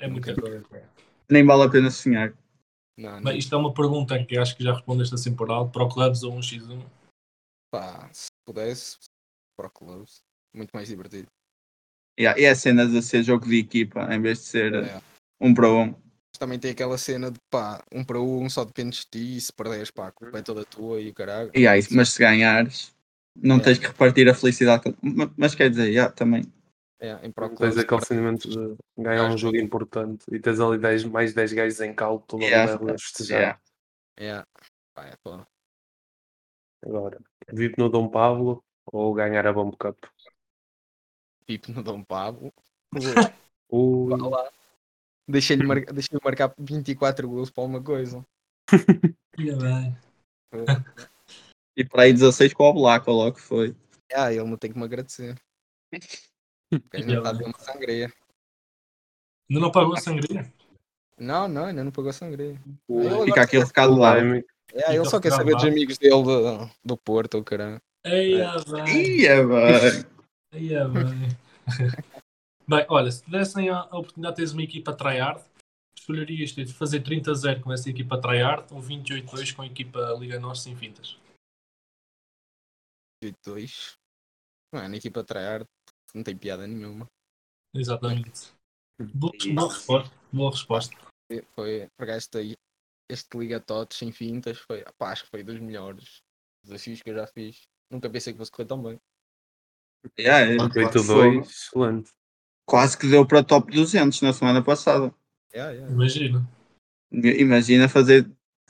[SPEAKER 3] É muita coisa.
[SPEAKER 2] Nem vale a pena sonhar.
[SPEAKER 5] Não, não,
[SPEAKER 3] Bem, isto é uma pergunta que acho que já respondeste assim por alto. Pro clubs ou 1x1?
[SPEAKER 5] pá, se pudesse, para o Clubs. Muito mais divertido.
[SPEAKER 2] Yeah, e é a cena de ser jogo de equipa em vez de ser
[SPEAKER 5] É.
[SPEAKER 2] um para um.
[SPEAKER 5] Mas Também tem aquela cena de pá, um para um, só dependes de ti, e se perderes, pá, a culpa é toda tua e o caralho.
[SPEAKER 2] Yeah, isso- mas se ganhares, não
[SPEAKER 5] É.
[SPEAKER 2] tens que repartir a felicidade. com- Ma- Mas quer dizer, yeah, também.
[SPEAKER 5] É, em Pro
[SPEAKER 4] Tens
[SPEAKER 5] Clubs.
[SPEAKER 4] aquele sentimento de ganhar um jogo importante e tens ali 10, mais 10 gajos em caldo, todo
[SPEAKER 2] Yeah.
[SPEAKER 4] mundo a festejar.
[SPEAKER 2] Yeah.
[SPEAKER 5] É, pá, é foda.
[SPEAKER 4] Agora, VIP no Dom Pablo ou ganhar a Bomb Cup?
[SPEAKER 5] Pipo no Dom Pablo.
[SPEAKER 4] Ui,
[SPEAKER 5] tipo Vá lá. Deixei-lhe mar... Deixei marcar 24 gols para uma coisa.
[SPEAKER 3] Ia bem.
[SPEAKER 2] E para aí 16 com o Oblaco, logo foi.
[SPEAKER 5] Ah, ele não tem que me agradecer. Porque ainda está a ver é uma sangria.
[SPEAKER 3] Ainda não pagou a sangria?
[SPEAKER 5] Não, não, ainda não pagou sangria.
[SPEAKER 4] ui,
[SPEAKER 5] Eu
[SPEAKER 2] Fica
[SPEAKER 5] agora
[SPEAKER 2] aquele recado lá.
[SPEAKER 4] polémico.
[SPEAKER 5] É, ele
[SPEAKER 3] Então,
[SPEAKER 5] só quer
[SPEAKER 3] não,
[SPEAKER 5] saber dos
[SPEAKER 3] vá.
[SPEAKER 5] amigos dele do, do Porto, o caralho.
[SPEAKER 3] Ia bem.
[SPEAKER 2] Ia bem.
[SPEAKER 3] Ia bem. Bem, olha, se te dessem a a oportunidade de teres uma equipa tryhard, escolherias ter de fazer 30-0 com essa equipa tryhard ou 28-2 com a equipa Liga Norte sem fintas?
[SPEAKER 5] 8-2. Mano, equipa tryhard. Não tem piada nenhuma.
[SPEAKER 3] Exatamente. Boa, boa resposta. Boa resposta.
[SPEAKER 5] E Foi, por acaso, este, este Liga Tots sem fintas foi, pá, acho que foi dos melhores desafios que eu já fiz. Nunca pensei que fosse correr tão bem.
[SPEAKER 2] Yeah, é.
[SPEAKER 4] 8-2, excelente.
[SPEAKER 2] Quase que deu para top 200 na semana passada.
[SPEAKER 5] Yeah, yeah.
[SPEAKER 3] Imagina.
[SPEAKER 2] Imagina fazer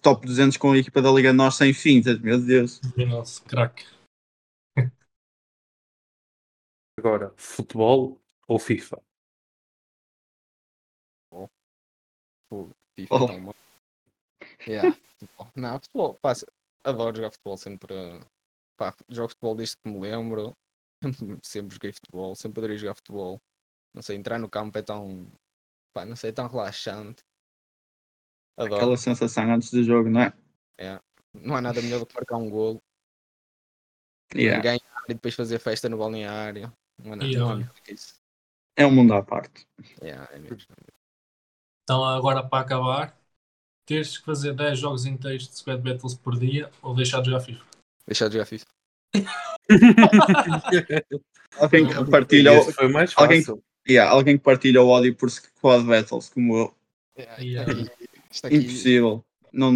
[SPEAKER 2] top 200 com a equipa da Liga Nós sem fintas, meu Deus.
[SPEAKER 3] Nossa, craque.
[SPEAKER 4] Agora, futebol ou FIFA?
[SPEAKER 5] FIFA
[SPEAKER 2] Oh.
[SPEAKER 5] tão bom. Yeah, É, futebol. Não, futebol, pá, se- adoro jogar futebol sempre. Pá, jogo futebol desde que me lembro. sempre joguei futebol, sempre adorei jogar futebol. Não sei, entrar no campo é tão. Pá, não sei, é tão relaxante. Adoro.
[SPEAKER 2] Aquela sensação antes do jogo, não é?
[SPEAKER 5] Não há nada melhor do que marcar um golo,
[SPEAKER 2] Yeah.
[SPEAKER 5] ganhar e depois fazer festa no balneário. Não há nada
[SPEAKER 3] Yeah.
[SPEAKER 5] melhor do que isso.
[SPEAKER 2] É um mundo à parte.
[SPEAKER 5] Yeah, é mesmo.
[SPEAKER 3] Então, agora para acabar, teres que fazer 10 jogos inteiros de Squad Battles por dia ou deixar de jogar FIFA?
[SPEAKER 5] Deixar de jogar FIFA.
[SPEAKER 2] Alguém que partilha, o-
[SPEAKER 4] Esse foi mais
[SPEAKER 2] alguém-
[SPEAKER 4] fácil.
[SPEAKER 2] yeah, alguém que partilha o ódio por squad battles, como eu.
[SPEAKER 5] É,
[SPEAKER 3] Yeah.
[SPEAKER 5] Isto aqui, isto aqui
[SPEAKER 2] Impossível. Não,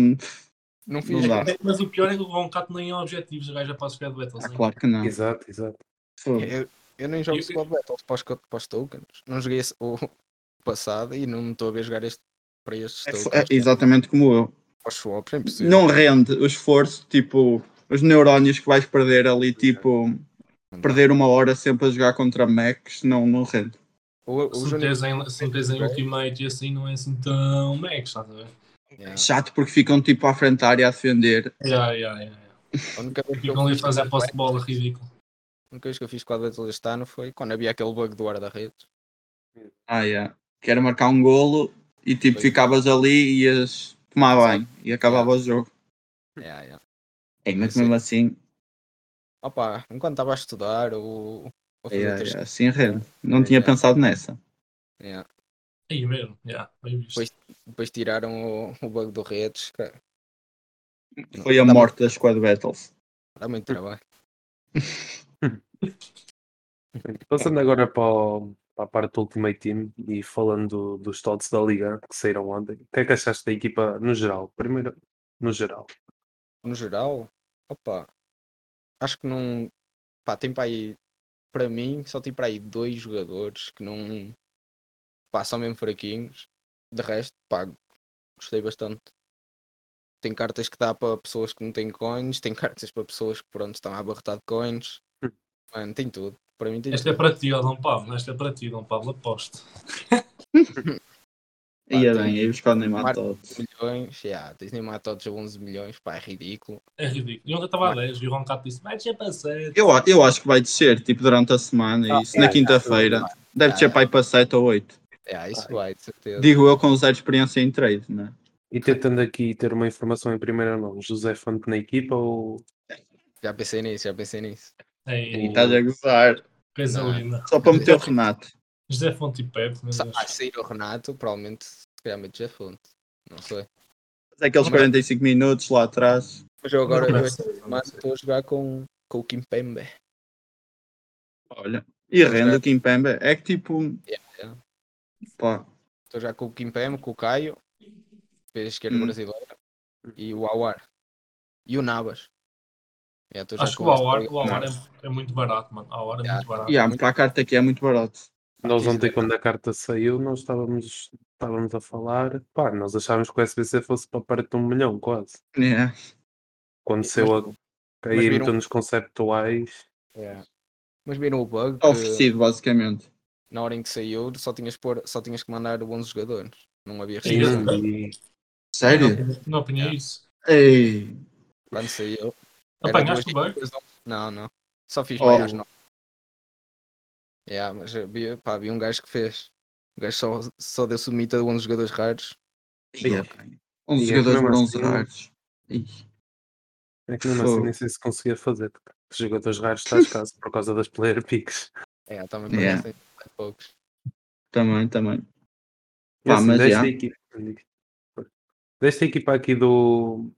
[SPEAKER 5] não fiz.
[SPEAKER 2] não dá.
[SPEAKER 3] Mas o pior é que o Von Cat nem é objetivos, a gaja para os Squad Battles.
[SPEAKER 2] Ah,
[SPEAKER 3] né?
[SPEAKER 2] claro que não.
[SPEAKER 4] Exato, exato.
[SPEAKER 2] Fogo.
[SPEAKER 5] Eu, eu nem jogo
[SPEAKER 3] Eu-
[SPEAKER 5] Squad Battles para os, co- para os tokens. Não joguei esse- o passado e não estou a ver jogar este para estes
[SPEAKER 2] É
[SPEAKER 5] tokens.
[SPEAKER 2] fo- é exatamente como eu.
[SPEAKER 5] Para os swaps, é impossível.
[SPEAKER 2] Não rende o esforço, tipo, os neurónios que vais perder ali,
[SPEAKER 5] é.
[SPEAKER 2] tipo, perder uma hora sempre a jogar contra Macs, não, não rende.
[SPEAKER 5] O, o
[SPEAKER 3] Se
[SPEAKER 5] Júnior-
[SPEAKER 3] metes em, se metes em Ultimate e assim, não é assim tão max, estás a ver?
[SPEAKER 5] Yeah.
[SPEAKER 2] Chato porque ficam tipo à frente da área a defender.
[SPEAKER 3] Yeah, yeah, yeah. yeah.
[SPEAKER 5] A única vez que eu
[SPEAKER 3] Ficam ali a
[SPEAKER 5] fiz
[SPEAKER 3] fazer
[SPEAKER 5] Squad
[SPEAKER 3] posse de bola ridículo.
[SPEAKER 5] A única vez que eu fiz Squad Battles este ano foi quando havia aquele bug do guarda-redes.
[SPEAKER 2] Ah, yeah. Quero marcar um golo e tipo,
[SPEAKER 5] é.
[SPEAKER 2] ficavas ali e ias tomar banho e acabava o jogo.
[SPEAKER 5] Yeah, yeah.
[SPEAKER 2] É, mas
[SPEAKER 5] Sim.
[SPEAKER 2] mesmo assim,
[SPEAKER 5] Opa, enquanto estava a estudar ou a fazer
[SPEAKER 2] yeah,
[SPEAKER 5] outras é.
[SPEAKER 2] yeah, assim rende. Não tinha
[SPEAKER 5] Yeah.
[SPEAKER 2] pensado nessa.
[SPEAKER 5] Yeah.
[SPEAKER 3] Aí mesmo, yeah, bem visto.
[SPEAKER 5] Pois. Depois tiraram o, o bug do redes. cara.
[SPEAKER 2] Foi a
[SPEAKER 5] Dá-
[SPEAKER 2] morte das Squad Battles.
[SPEAKER 5] Dá muito trabalho.
[SPEAKER 4] Passando agora para, o- para a parte do Ultimate Team e falando do- dos todos da Liga que saíram ontem, o que é que achaste da equipa no geral? Primeiro, no geral.
[SPEAKER 5] no geral, opa, acho que não. Pá, tem para aí. Para mim, só tem para aí dois jogadores que não. Pá, são mesmo fraquinhos. De resto, pá, gostei bastante. Tem cartas que dá para pessoas que não têm coins, tem cartas para pessoas que pronto estão a abarrotar de coins.
[SPEAKER 4] Hum.
[SPEAKER 5] Mano, tem tudo. Para mim tem
[SPEAKER 3] Esta é
[SPEAKER 5] tudo.
[SPEAKER 3] para ti, ó, Dom Pablo. Esta é para ti, Dom Pablo, aposto.
[SPEAKER 5] Pá,
[SPEAKER 2] Ia
[SPEAKER 5] tem-
[SPEAKER 2] bem, ia buscar o Neymar
[SPEAKER 5] Mar-
[SPEAKER 2] todo.
[SPEAKER 5] 11 milhões, yeah, tens Neymar todos a 11 milhões, pá, é ridículo.
[SPEAKER 3] É ridículo. E ontem estava a 10 e o Ron Cato disse: Mas já passei.
[SPEAKER 2] Eu, a- eu acho que vai descer, tipo, durante a semana,
[SPEAKER 5] Ah,
[SPEAKER 2] isso na
[SPEAKER 5] é,
[SPEAKER 2] quinta-feira. Deve
[SPEAKER 5] Ah,
[SPEAKER 2] descer
[SPEAKER 5] é.
[SPEAKER 2] para aí para 7 ou 8.
[SPEAKER 5] É, isso vai, de certeza.
[SPEAKER 2] Digo eu com zero experiência em trade, né?
[SPEAKER 4] E tentando aqui ter uma informação em primeira mão, José Fonte na equipa ou
[SPEAKER 5] Já pensei nisso, já pensei nisso.
[SPEAKER 3] Ei,
[SPEAKER 4] Sim.
[SPEAKER 2] Estás a gozar.
[SPEAKER 3] coisa
[SPEAKER 5] Não.
[SPEAKER 3] linda.
[SPEAKER 2] Só para meter o Renato.
[SPEAKER 3] José Fonte e Pepe, meu
[SPEAKER 5] Sa-
[SPEAKER 3] Deus.
[SPEAKER 5] ah, sair o Renato, provavelmente, se calhar mete já fonte. Não sei.
[SPEAKER 2] Mas é aqueles 45 minutos lá atrás.
[SPEAKER 5] Mas eu agora
[SPEAKER 3] Não
[SPEAKER 5] eu
[SPEAKER 3] sei,
[SPEAKER 5] este
[SPEAKER 3] não
[SPEAKER 5] semana
[SPEAKER 3] sei.
[SPEAKER 5] estou a jogar com, com o Kim Pembe.
[SPEAKER 2] Olha. E rende
[SPEAKER 5] Certo.
[SPEAKER 2] o Kimpembe. É que tipo.
[SPEAKER 5] yeah.
[SPEAKER 2] Pá,
[SPEAKER 5] Estou a jogar com o Kim Pembe, com o Caio, pela esquerda
[SPEAKER 2] Hum.
[SPEAKER 5] brasileira, e o Awar. E o Nabas. Yeah, estou a jogar
[SPEAKER 3] Acho que
[SPEAKER 5] com
[SPEAKER 3] o
[SPEAKER 5] estes
[SPEAKER 3] Awar,
[SPEAKER 5] dois.
[SPEAKER 3] o Awar é, é muito barato, mano. A Awar é
[SPEAKER 5] Yeah.
[SPEAKER 3] muito barato.
[SPEAKER 2] e há porque a carta aqui é muito barato.
[SPEAKER 4] Nós
[SPEAKER 5] Sim,
[SPEAKER 4] ontem,
[SPEAKER 5] sim.
[SPEAKER 4] quando a carta saiu, nós estávamos, estávamos a falar, pá, nós achávamos que o SBC fosse para perto de um milhão, quase.
[SPEAKER 2] É.
[SPEAKER 5] Eh,
[SPEAKER 4] Quando
[SPEAKER 5] Mas-
[SPEAKER 4] saiu a cair
[SPEAKER 5] viram-
[SPEAKER 4] nos conceptuais,
[SPEAKER 5] Yeah. É. Mas viram o bug?
[SPEAKER 2] Está
[SPEAKER 5] Que,
[SPEAKER 2] oferecido, basicamente.
[SPEAKER 5] na hora em que saiu, só tinhas, por, só tinhas que mandar 11 jogadores. Não havia
[SPEAKER 3] Sim, eu-
[SPEAKER 5] restrição.
[SPEAKER 4] e
[SPEAKER 1] É,
[SPEAKER 2] Sério?
[SPEAKER 3] Não apanhei
[SPEAKER 5] Yeah.
[SPEAKER 3] isso.
[SPEAKER 2] Ei.
[SPEAKER 5] Quando saiu. era
[SPEAKER 3] Apanhaste o
[SPEAKER 5] duas
[SPEAKER 3] bug?
[SPEAKER 5] equipas, Não, não. Só fiz
[SPEAKER 2] Oh.
[SPEAKER 5] bem às nove. Yeah, mas vi, pá, vi um gajo que fez. O gajo só, só deu submita a 11 jogadores raros.
[SPEAKER 2] Ei, ok.
[SPEAKER 4] E
[SPEAKER 2] 11
[SPEAKER 4] é
[SPEAKER 2] jogadores
[SPEAKER 4] mesmo
[SPEAKER 2] bronze
[SPEAKER 4] assim-
[SPEAKER 2] raros. Ih,
[SPEAKER 4] é que mesmo assim
[SPEAKER 2] Fogo.
[SPEAKER 4] nem sei se conseguia fazer. porque Os jogadores raros está escasso por causa das player picks.
[SPEAKER 5] É, também
[SPEAKER 2] Yeah.
[SPEAKER 5] conhecem bem poucos.
[SPEAKER 2] Também, também.
[SPEAKER 4] E
[SPEAKER 2] Pá,
[SPEAKER 4] assim,
[SPEAKER 2] mas
[SPEAKER 4] desta,
[SPEAKER 2] já.
[SPEAKER 4] equipa, desta equipa aqui do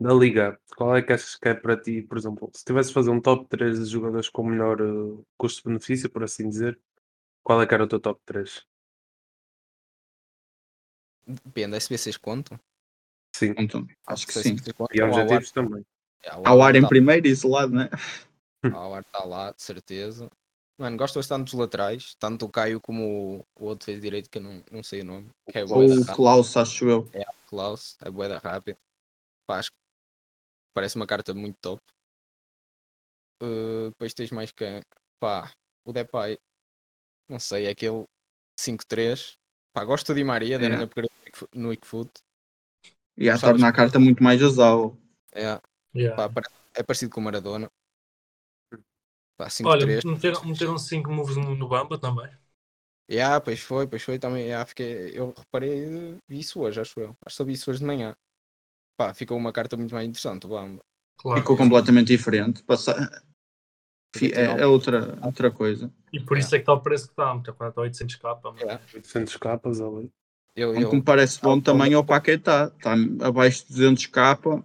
[SPEAKER 4] da Liga, qual é que achas que é para ti, por exemplo, se tivesse de fazer um top 3 de jogadores com melhor eh, custo-benefício, por assim dizer, qual é que era o teu top 3?
[SPEAKER 5] Depende, SBCs contam.
[SPEAKER 4] Sim,
[SPEAKER 2] Então, acho que
[SPEAKER 5] Se
[SPEAKER 2] sim.
[SPEAKER 5] SBCs contam,
[SPEAKER 4] e é
[SPEAKER 5] o Awar-
[SPEAKER 4] objetivos também.
[SPEAKER 5] yeah,
[SPEAKER 2] Ao
[SPEAKER 5] o
[SPEAKER 2] ar
[SPEAKER 5] Awar
[SPEAKER 2] em
[SPEAKER 5] tá-
[SPEAKER 2] primeiro, isolado, né?
[SPEAKER 5] o Awar está tá lá, de certeza. Mano, gosto bastante dos laterais. Tanto o Caio como o, o outro fez direito, que eu não, não sei o nome. Que é
[SPEAKER 2] Ou
[SPEAKER 5] bué da
[SPEAKER 2] o
[SPEAKER 5] rápida.
[SPEAKER 2] Klaus, acho eu.
[SPEAKER 5] Klaus, é boeda rápida. Pá, acho que parece uma carta muito top. Eh, depois tens mais quem? Pá, o Depay, não sei, é aquele 5-3. Pá, gosto de Di Maria, deram
[SPEAKER 2] É.
[SPEAKER 5] upgrade no Quick Fo- no Wickfoot.
[SPEAKER 2] E a
[SPEAKER 5] Sabes
[SPEAKER 2] torna a
[SPEAKER 5] que-
[SPEAKER 2] carta muito mais usável.
[SPEAKER 5] É,
[SPEAKER 3] Yeah.
[SPEAKER 5] pá, pare- é parecido com o Maradona. Pá, 5-3.
[SPEAKER 3] Olha, meteram- meteram 5 moves no, no Bamba também.
[SPEAKER 5] Yeah, pois foi, pois foi também. Yeah, fiquei, eu reparei, eh, vi isso hoje, acho eu. Acho que só vi isso hoje de manhã. Pá, ficou uma carta muito mais interessante, o Bamba.
[SPEAKER 3] Claro.
[SPEAKER 2] Ficou completamente diferente. Passa... Fi-
[SPEAKER 5] Fica
[SPEAKER 2] É, é outra, outra coisa.
[SPEAKER 3] E por isso é que está o preço que está, meteu quase a 800 k mano.
[SPEAKER 5] Yeah.
[SPEAKER 4] 800 capas ali.
[SPEAKER 5] Eu,
[SPEAKER 2] Um
[SPEAKER 5] eu,
[SPEAKER 2] que me parece bom
[SPEAKER 5] Ah,
[SPEAKER 2] tá também é o Paquetá. Está abaixo de 200k,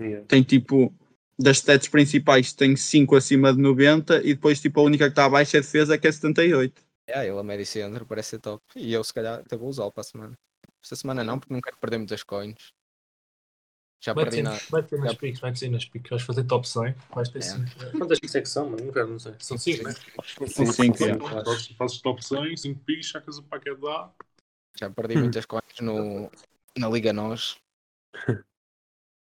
[SPEAKER 4] Yeah.
[SPEAKER 2] tem tipo das stats principais tem 5 acima de 90 e depois tipo a única que está abaixo é defesa que é 78.
[SPEAKER 5] Ah, ele a médio centro parece ser top. E eu se calhar até vou usá-lo para a semana. Esta semana não, porque não quero perder muitas coins. Já
[SPEAKER 3] Vai
[SPEAKER 5] perdi
[SPEAKER 3] ter,
[SPEAKER 5] nada.
[SPEAKER 3] vai ter nas picks, vai ter nas picks. Vais fazer top 100. Vais ter
[SPEAKER 5] É.
[SPEAKER 3] 5. Quantas picks é que são, mano? Não quero, não sei. São 5, né?
[SPEAKER 2] Sim, sim, sim.
[SPEAKER 1] é. Fazes- Fazes top 100, 5 pis, sacas o paquete lá.
[SPEAKER 5] Já perdi muitas coins no, na Liga Nós.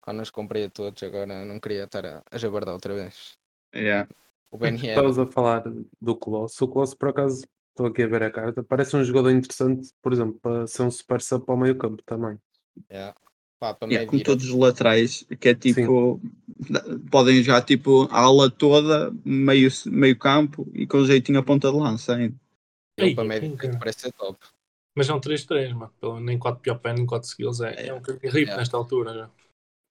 [SPEAKER 5] Quando os comprei a todos, agora não queria estar a, a jabardar outra vez.
[SPEAKER 2] Yeah.
[SPEAKER 5] O
[SPEAKER 3] Então,
[SPEAKER 5] BNR,
[SPEAKER 4] Estavas a falar do Colosso. O Colosso, por acaso, estou aqui a ver a carta. Parece um jogador interessante, por exemplo, para ser um super sub para o meio campo também.
[SPEAKER 5] pá, para
[SPEAKER 3] é
[SPEAKER 2] Yeah,
[SPEAKER 5] mim
[SPEAKER 2] como todos os laterais, que é tipo. da- Podem jogar tipo a ala toda, meio, meio campo e com jeitinho a ponta de lança ainda.
[SPEAKER 3] Ei,
[SPEAKER 5] para médio
[SPEAKER 3] quem, cara?
[SPEAKER 5] parece ser top.
[SPEAKER 3] Mas é um 3-3, mano. Pelo- Nem 4 pior pé, nem 4 skills. É, é um carinho rip
[SPEAKER 5] É.
[SPEAKER 3] nesta altura já.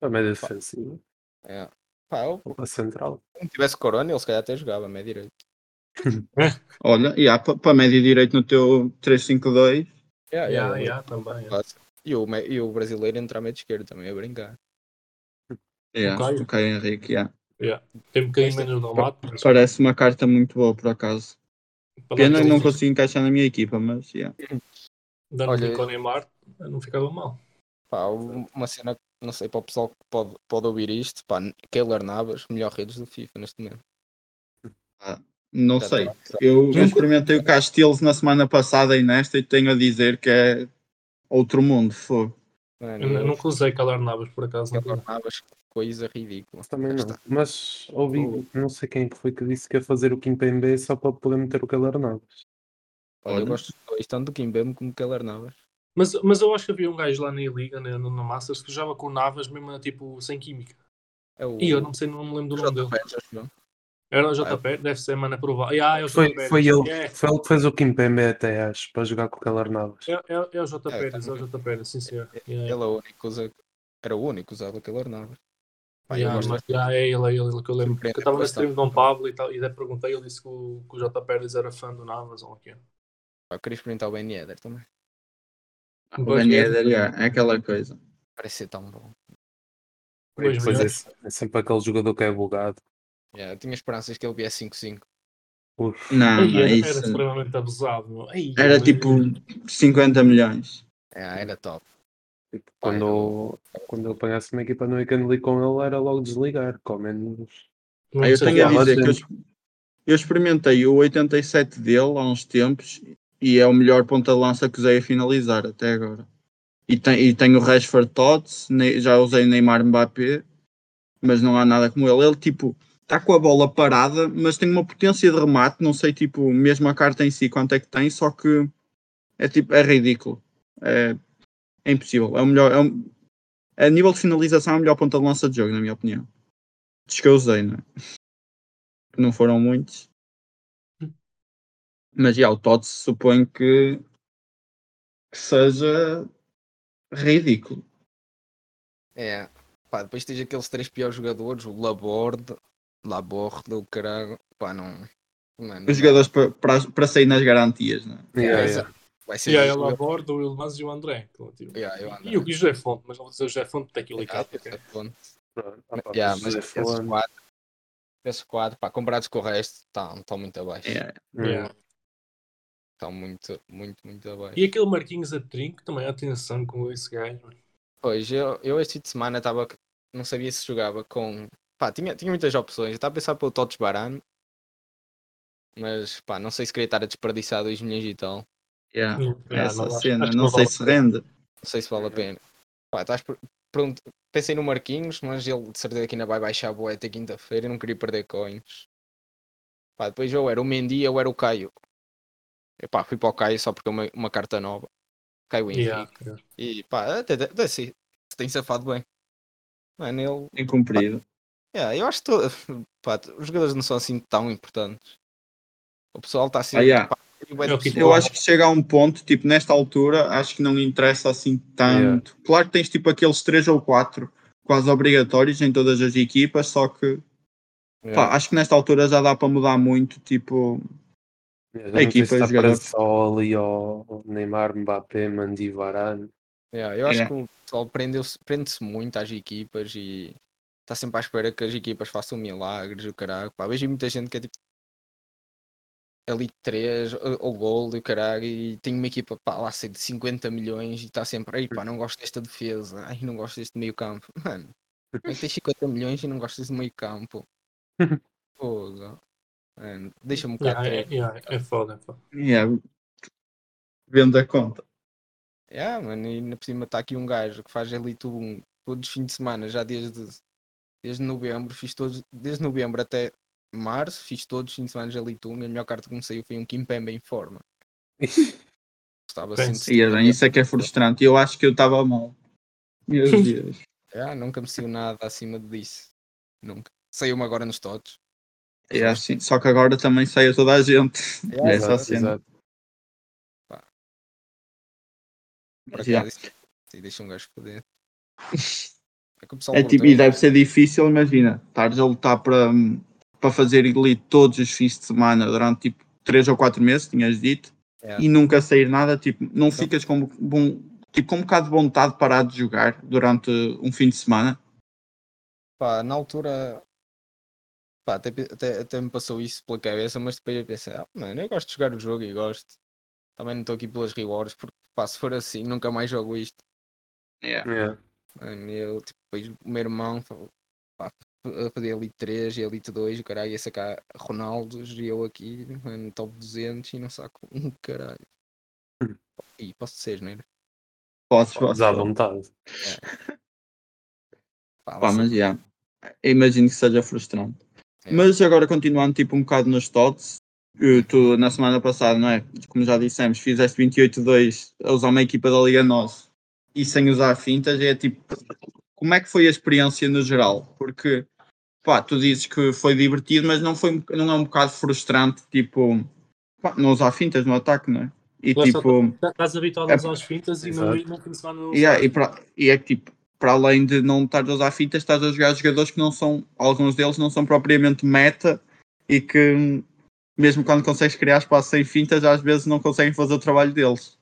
[SPEAKER 4] A média defensiva,
[SPEAKER 5] Pá, eu,
[SPEAKER 4] ou para a central.
[SPEAKER 5] se não tivesse Corona, ele se calhar até jogava, meio direito.
[SPEAKER 2] Olha, e há para médio direito no teu 3-5-2.
[SPEAKER 5] Yeah,
[SPEAKER 3] Ah, Yeah,
[SPEAKER 5] yeah,
[SPEAKER 3] yeah, também. yeah.
[SPEAKER 5] fácil. E, o, me- e o brasileiro entrar meio de esquerda também, a brincar.
[SPEAKER 2] Yeah,
[SPEAKER 3] Caio.
[SPEAKER 2] o Caio Henrique, yeah.
[SPEAKER 3] Tem um bocadinho menos no mato. mas-
[SPEAKER 2] Parece uma carta muito boa, por acaso.
[SPEAKER 3] para dar
[SPEAKER 2] Pena
[SPEAKER 3] aquele-
[SPEAKER 2] não consigo encaixar na minha equipa, mas yeah.
[SPEAKER 3] Dando
[SPEAKER 5] Olha,
[SPEAKER 3] Olha, com o Neymar, não ficava mal.
[SPEAKER 5] Pá, um- uma cena, que não sei, para o pessoal que pode, pode ouvir isto, pá, Keylor Navas, melhor redes do FIFA neste momento.
[SPEAKER 2] não
[SPEAKER 5] Já
[SPEAKER 2] sei.
[SPEAKER 5] tá-
[SPEAKER 2] Eu eu experimentei o Castelos na semana passada e nesta e tenho a dizer que é outro mundo. Fogo.
[SPEAKER 5] Mano,
[SPEAKER 3] Eu nu- nunca usei calar nabas por acaso. nunca.
[SPEAKER 5] Keylor Navas, que coisa ridícula.
[SPEAKER 4] Mas também
[SPEAKER 5] Cá
[SPEAKER 4] não.
[SPEAKER 5] está.
[SPEAKER 4] Mas ouvi, não sei quem que foi que disse que ia fazer o Kimpembe só para poder meter o Keller Navas.
[SPEAKER 5] Olha,
[SPEAKER 2] Olha.
[SPEAKER 5] eu gosto dos dois, tanto do Kimbembe como do Keylor Navas.
[SPEAKER 3] Mas, mas eu acho que havia um gajo lá na liga, na, na Masters, que jogava com o Navas mesmo tipo sem química.
[SPEAKER 5] É o
[SPEAKER 3] E eu não sei, não me lembro do nome dele.
[SPEAKER 5] Pérez, acho que não.
[SPEAKER 3] Era o JP, deve ser, mano, é provável. Ah, é o
[SPEAKER 4] Foi,
[SPEAKER 3] JP.
[SPEAKER 4] foi, ele,
[SPEAKER 3] É,
[SPEAKER 4] foi ele que fez o Kimpembe até, acho, para jogar com o Keller Navas.
[SPEAKER 3] é, é, é o JP,
[SPEAKER 5] É,
[SPEAKER 3] é,
[SPEAKER 5] tá
[SPEAKER 3] o JP, sim senhor. Yeah,
[SPEAKER 5] Ele é o único que usa, era o único que usava o Keylor Navas. Pá, eu
[SPEAKER 3] yeah,
[SPEAKER 5] gosto
[SPEAKER 3] mas, yeah, é ele, é ele que eu lembro.
[SPEAKER 5] Surpreende
[SPEAKER 3] Eu estava no
[SPEAKER 5] bastante.
[SPEAKER 3] stream de Dom Pablo e tal, e daí perguntei, ele disse que o, que o JP Pérez era fã do Navas ou o quê.
[SPEAKER 5] Pá, eu queria experimentar o Ben Yedder também.
[SPEAKER 2] O
[SPEAKER 3] Pois
[SPEAKER 2] Ben
[SPEAKER 3] é.
[SPEAKER 2] Yedder, yeah, é aquela coisa.
[SPEAKER 5] Parece ser tão bom.
[SPEAKER 3] Pois,
[SPEAKER 4] Pois é,
[SPEAKER 3] mas-
[SPEAKER 4] é sempre aquele jogador que é bugado.
[SPEAKER 5] Yeah, eu tinha esperanças que ele viesse 5-5.
[SPEAKER 4] Ui,
[SPEAKER 2] Não,
[SPEAKER 3] Ei,
[SPEAKER 2] não,
[SPEAKER 3] era, era
[SPEAKER 2] isso
[SPEAKER 3] extremamente abusado. meu. Ei,
[SPEAKER 2] era
[SPEAKER 3] mas-
[SPEAKER 2] tipo 50 milhões.
[SPEAKER 5] Yeah, era top.
[SPEAKER 4] tipo, quando, quando eu apanhasse uma equipa no Weekend League com ele, era logo desligar, com menos.
[SPEAKER 3] Não
[SPEAKER 2] Ah, eu
[SPEAKER 3] sei é
[SPEAKER 2] tenho a
[SPEAKER 3] lá.
[SPEAKER 4] lá,
[SPEAKER 2] dizer que eu,
[SPEAKER 4] mas-
[SPEAKER 2] exp- eu experimentei o 87 dele há uns tempos e é o melhor ponta de lança que usei a finalizar até agora. E, tem, e tenho o Rashford Tots, ne- já usei Neymar Mbappé, mas não há nada como ele. Ele tipo está com a bola parada, mas tem uma potência de remate, não sei tipo mesmo a carta em si quanto é que tem, só que é tipo é ridículo. É, é impossível. É o melhor. é o- a nível de finalização é o melhor ponta de lança de jogo, na minha opinião. Dos que eu usei, não é? que não foram muitos. Mas já, o Tots suponho que, que seja ridículo.
[SPEAKER 5] É. Pá, depois tens aqueles três piores jogadores, o Laborde, Laborde, o caralho. Pá, não. Mano,
[SPEAKER 2] Os jogadores pa- para para sair nas garantias, não é?
[SPEAKER 5] Yeah,
[SPEAKER 4] Yeah,
[SPEAKER 5] exa-
[SPEAKER 4] yeah.
[SPEAKER 5] Vai ser
[SPEAKER 3] E aí
[SPEAKER 5] um
[SPEAKER 3] ele
[SPEAKER 5] jogador-
[SPEAKER 3] a bordo, o Ilmaz e o André. então, tipo,
[SPEAKER 5] Yeah, eu ando-
[SPEAKER 3] E o que José Fonte, mas não vou dizer o José Fonte porque aquilo é
[SPEAKER 5] Ah,
[SPEAKER 3] caro, ok?
[SPEAKER 5] pronto.
[SPEAKER 4] Pronto, ah, pá,
[SPEAKER 5] Yeah,
[SPEAKER 4] mas
[SPEAKER 5] mas esses
[SPEAKER 4] falando-
[SPEAKER 5] quatro, esses quatro, pá, comparados com o resto, estão estão muito abaixo. Estão
[SPEAKER 2] É,
[SPEAKER 4] Yeah.
[SPEAKER 5] muito, muito, muito abaixo.
[SPEAKER 3] E aquele Marquinhos a trinco também, atenção com esse gajo. mano.
[SPEAKER 5] Pois, eu, eu este fim de semana estava. Não sabia se jogava com. Pá, tinha, tinha muitas opções. Eu estava a pensar pelo Totes Barano. Mas, pá, não sei se queria estar a desperdiçar 2 milhões e tal.
[SPEAKER 2] yeah. É
[SPEAKER 3] Ah,
[SPEAKER 2] essa
[SPEAKER 3] não, acho-
[SPEAKER 2] cena,
[SPEAKER 3] acho que
[SPEAKER 2] não sei
[SPEAKER 3] vale.
[SPEAKER 2] se rende.
[SPEAKER 5] Não sei se vale
[SPEAKER 3] Uhum.
[SPEAKER 5] a pena. Pá, estás per- pronto. Pensei no Marquinhos, mas ele de certeza que ainda vai baixar a boa até quinta-feira. Eu não queria perder coins. Pá, depois eu era o Mendy, eu era o Caio. E, pá, fui para o Caio só porque é uma, uma carta nova. Caio Henrique.
[SPEAKER 3] Yeah, yeah.
[SPEAKER 5] E pá, até, até, até se se tem safado bem. Mano, ele.
[SPEAKER 2] Incumprido.
[SPEAKER 5] Yeah, eu acho que to- pá, t- os jogadores não são assim tão importantes. O pessoal está assim.
[SPEAKER 2] Ah, yeah.
[SPEAKER 5] pá, e bué
[SPEAKER 3] É
[SPEAKER 5] de
[SPEAKER 3] o que
[SPEAKER 5] pessoal-
[SPEAKER 2] Eu acho que chega a um ponto, tipo, nesta altura, acho que não interessa assim tanto. Claro que tens tipo aqueles três ou quatro quase obrigatórios em todas as equipas, só que
[SPEAKER 5] Yeah.
[SPEAKER 2] pá, acho que nesta altura já dá para mudar muito, tipo,
[SPEAKER 4] Yeah,
[SPEAKER 2] A
[SPEAKER 4] não sei
[SPEAKER 2] equipa, é
[SPEAKER 4] se está
[SPEAKER 2] os jogadores.
[SPEAKER 4] preso só ali ao ao Neymar, Mbappé, Mandi, Varane.
[SPEAKER 5] Yeah, eu acho
[SPEAKER 2] Yeah.
[SPEAKER 5] que o pessoal prendeu-se- prende-se muito às equipas e está sempre à espera que as equipas façam milagres, o caralho. Pá, vejo muita gente que é tipo Elite 3 ou- ou Gold e o caralho, e tem uma equipa, pá, lá sei, de 50 milhões e está sempre, ei pá, não gosto desta defesa, ai, não gosto deste meio campo. Mano, como é que tens 50 milhões e não gostas de meio campo? Fogo. Mano, Deixa-me um bocado
[SPEAKER 3] Yeah,
[SPEAKER 5] yeah,
[SPEAKER 3] é, yeah, é foda, é foda.
[SPEAKER 2] Yeah. Vendo a conta.
[SPEAKER 5] Yeah, É, mano, e ainda por cima está aqui um gajo que faz Elite 1 todos os fins de semana, já desde, desde novembro, fiz todos, desde novembro até março, fiz todos os fins de semana de Elite 1 e a melhor carta que me saiu foi um Kimpembe em forma. Estava
[SPEAKER 3] Bem,
[SPEAKER 5] assim
[SPEAKER 2] Sim, Adriano, isso é que é frustrante. Eu acho que eu estava mal. Meu Deus.
[SPEAKER 5] Ah, nunca me saiu nada acima disso. Nunca. Saiu-me agora nos totes.
[SPEAKER 2] É assim, só que agora também saiu toda a gente. É essa
[SPEAKER 5] exato,
[SPEAKER 2] a cena.
[SPEAKER 4] exato.
[SPEAKER 5] Por
[SPEAKER 2] Mas, yeah.
[SPEAKER 5] acaso, isso- isso deixa um gajo foder. É que o pessoal
[SPEAKER 2] É
[SPEAKER 5] voltou
[SPEAKER 2] tipo, e deve ser difícil, imagina, estares a lutar para, para fazer elite todos os fins de semana durante tipo 3 ou 4 meses, tinhas dito,
[SPEAKER 5] É.
[SPEAKER 2] e nunca sair nada, tipo, não ficas com, bom, tipo, com um bocado de vontade de parar de jogar durante um fim de semana.
[SPEAKER 5] Pá, na altura, pá, até, pe- até, até me passou isso pela cabeça, mas depois eu pensei, ah, mano, eu gosto de jogar o jogo e gosto. Também não estou aqui pelas rewards, porque pá, se for assim, nunca mais jogo isto.
[SPEAKER 4] Yeah.
[SPEAKER 5] Mano, eu, tipo, depois o meu irmão, pá, a fazer Elite 3 e Elite 2, o caralho, ia sacar Ronaldos e eu aqui, mano, top 200 e não saco um caralho.
[SPEAKER 4] Hum.
[SPEAKER 5] E posso né? ser, não era?
[SPEAKER 2] Podes, podes.
[SPEAKER 4] Usado à vontade.
[SPEAKER 5] Pá, lá
[SPEAKER 2] Pá,
[SPEAKER 5] sei.
[SPEAKER 2] mas yeah, imagino que seja frustrante.
[SPEAKER 5] É.
[SPEAKER 2] Mas agora continuando tipo um bocado nos tots, eu- tu na semana passada, não é? Como já dissemos, fizeste 28-2 a usar uma equipa da Liga Nós e sem usar fintas, é tipo, como é que foi a experiência no geral? Porque pá, tu dizes que foi divertido, mas não, foi, não é um bocado frustrante, tipo, pá, não usar fintas no ataque, não é? E
[SPEAKER 3] Lá está,
[SPEAKER 2] tipo.
[SPEAKER 3] Estás habituado a usar os fintas e no,
[SPEAKER 4] Exato.
[SPEAKER 3] e no fim de semana não
[SPEAKER 2] Yeah,
[SPEAKER 3] usas.
[SPEAKER 2] e, pra- e é que tipo, para além de não estar a usar fitas, estás a jogar jogadores que não são, alguns deles não são propriamente meta e que hum, mesmo quando consegues criar espaço sem fintas, às vezes não conseguem fazer o trabalho deles.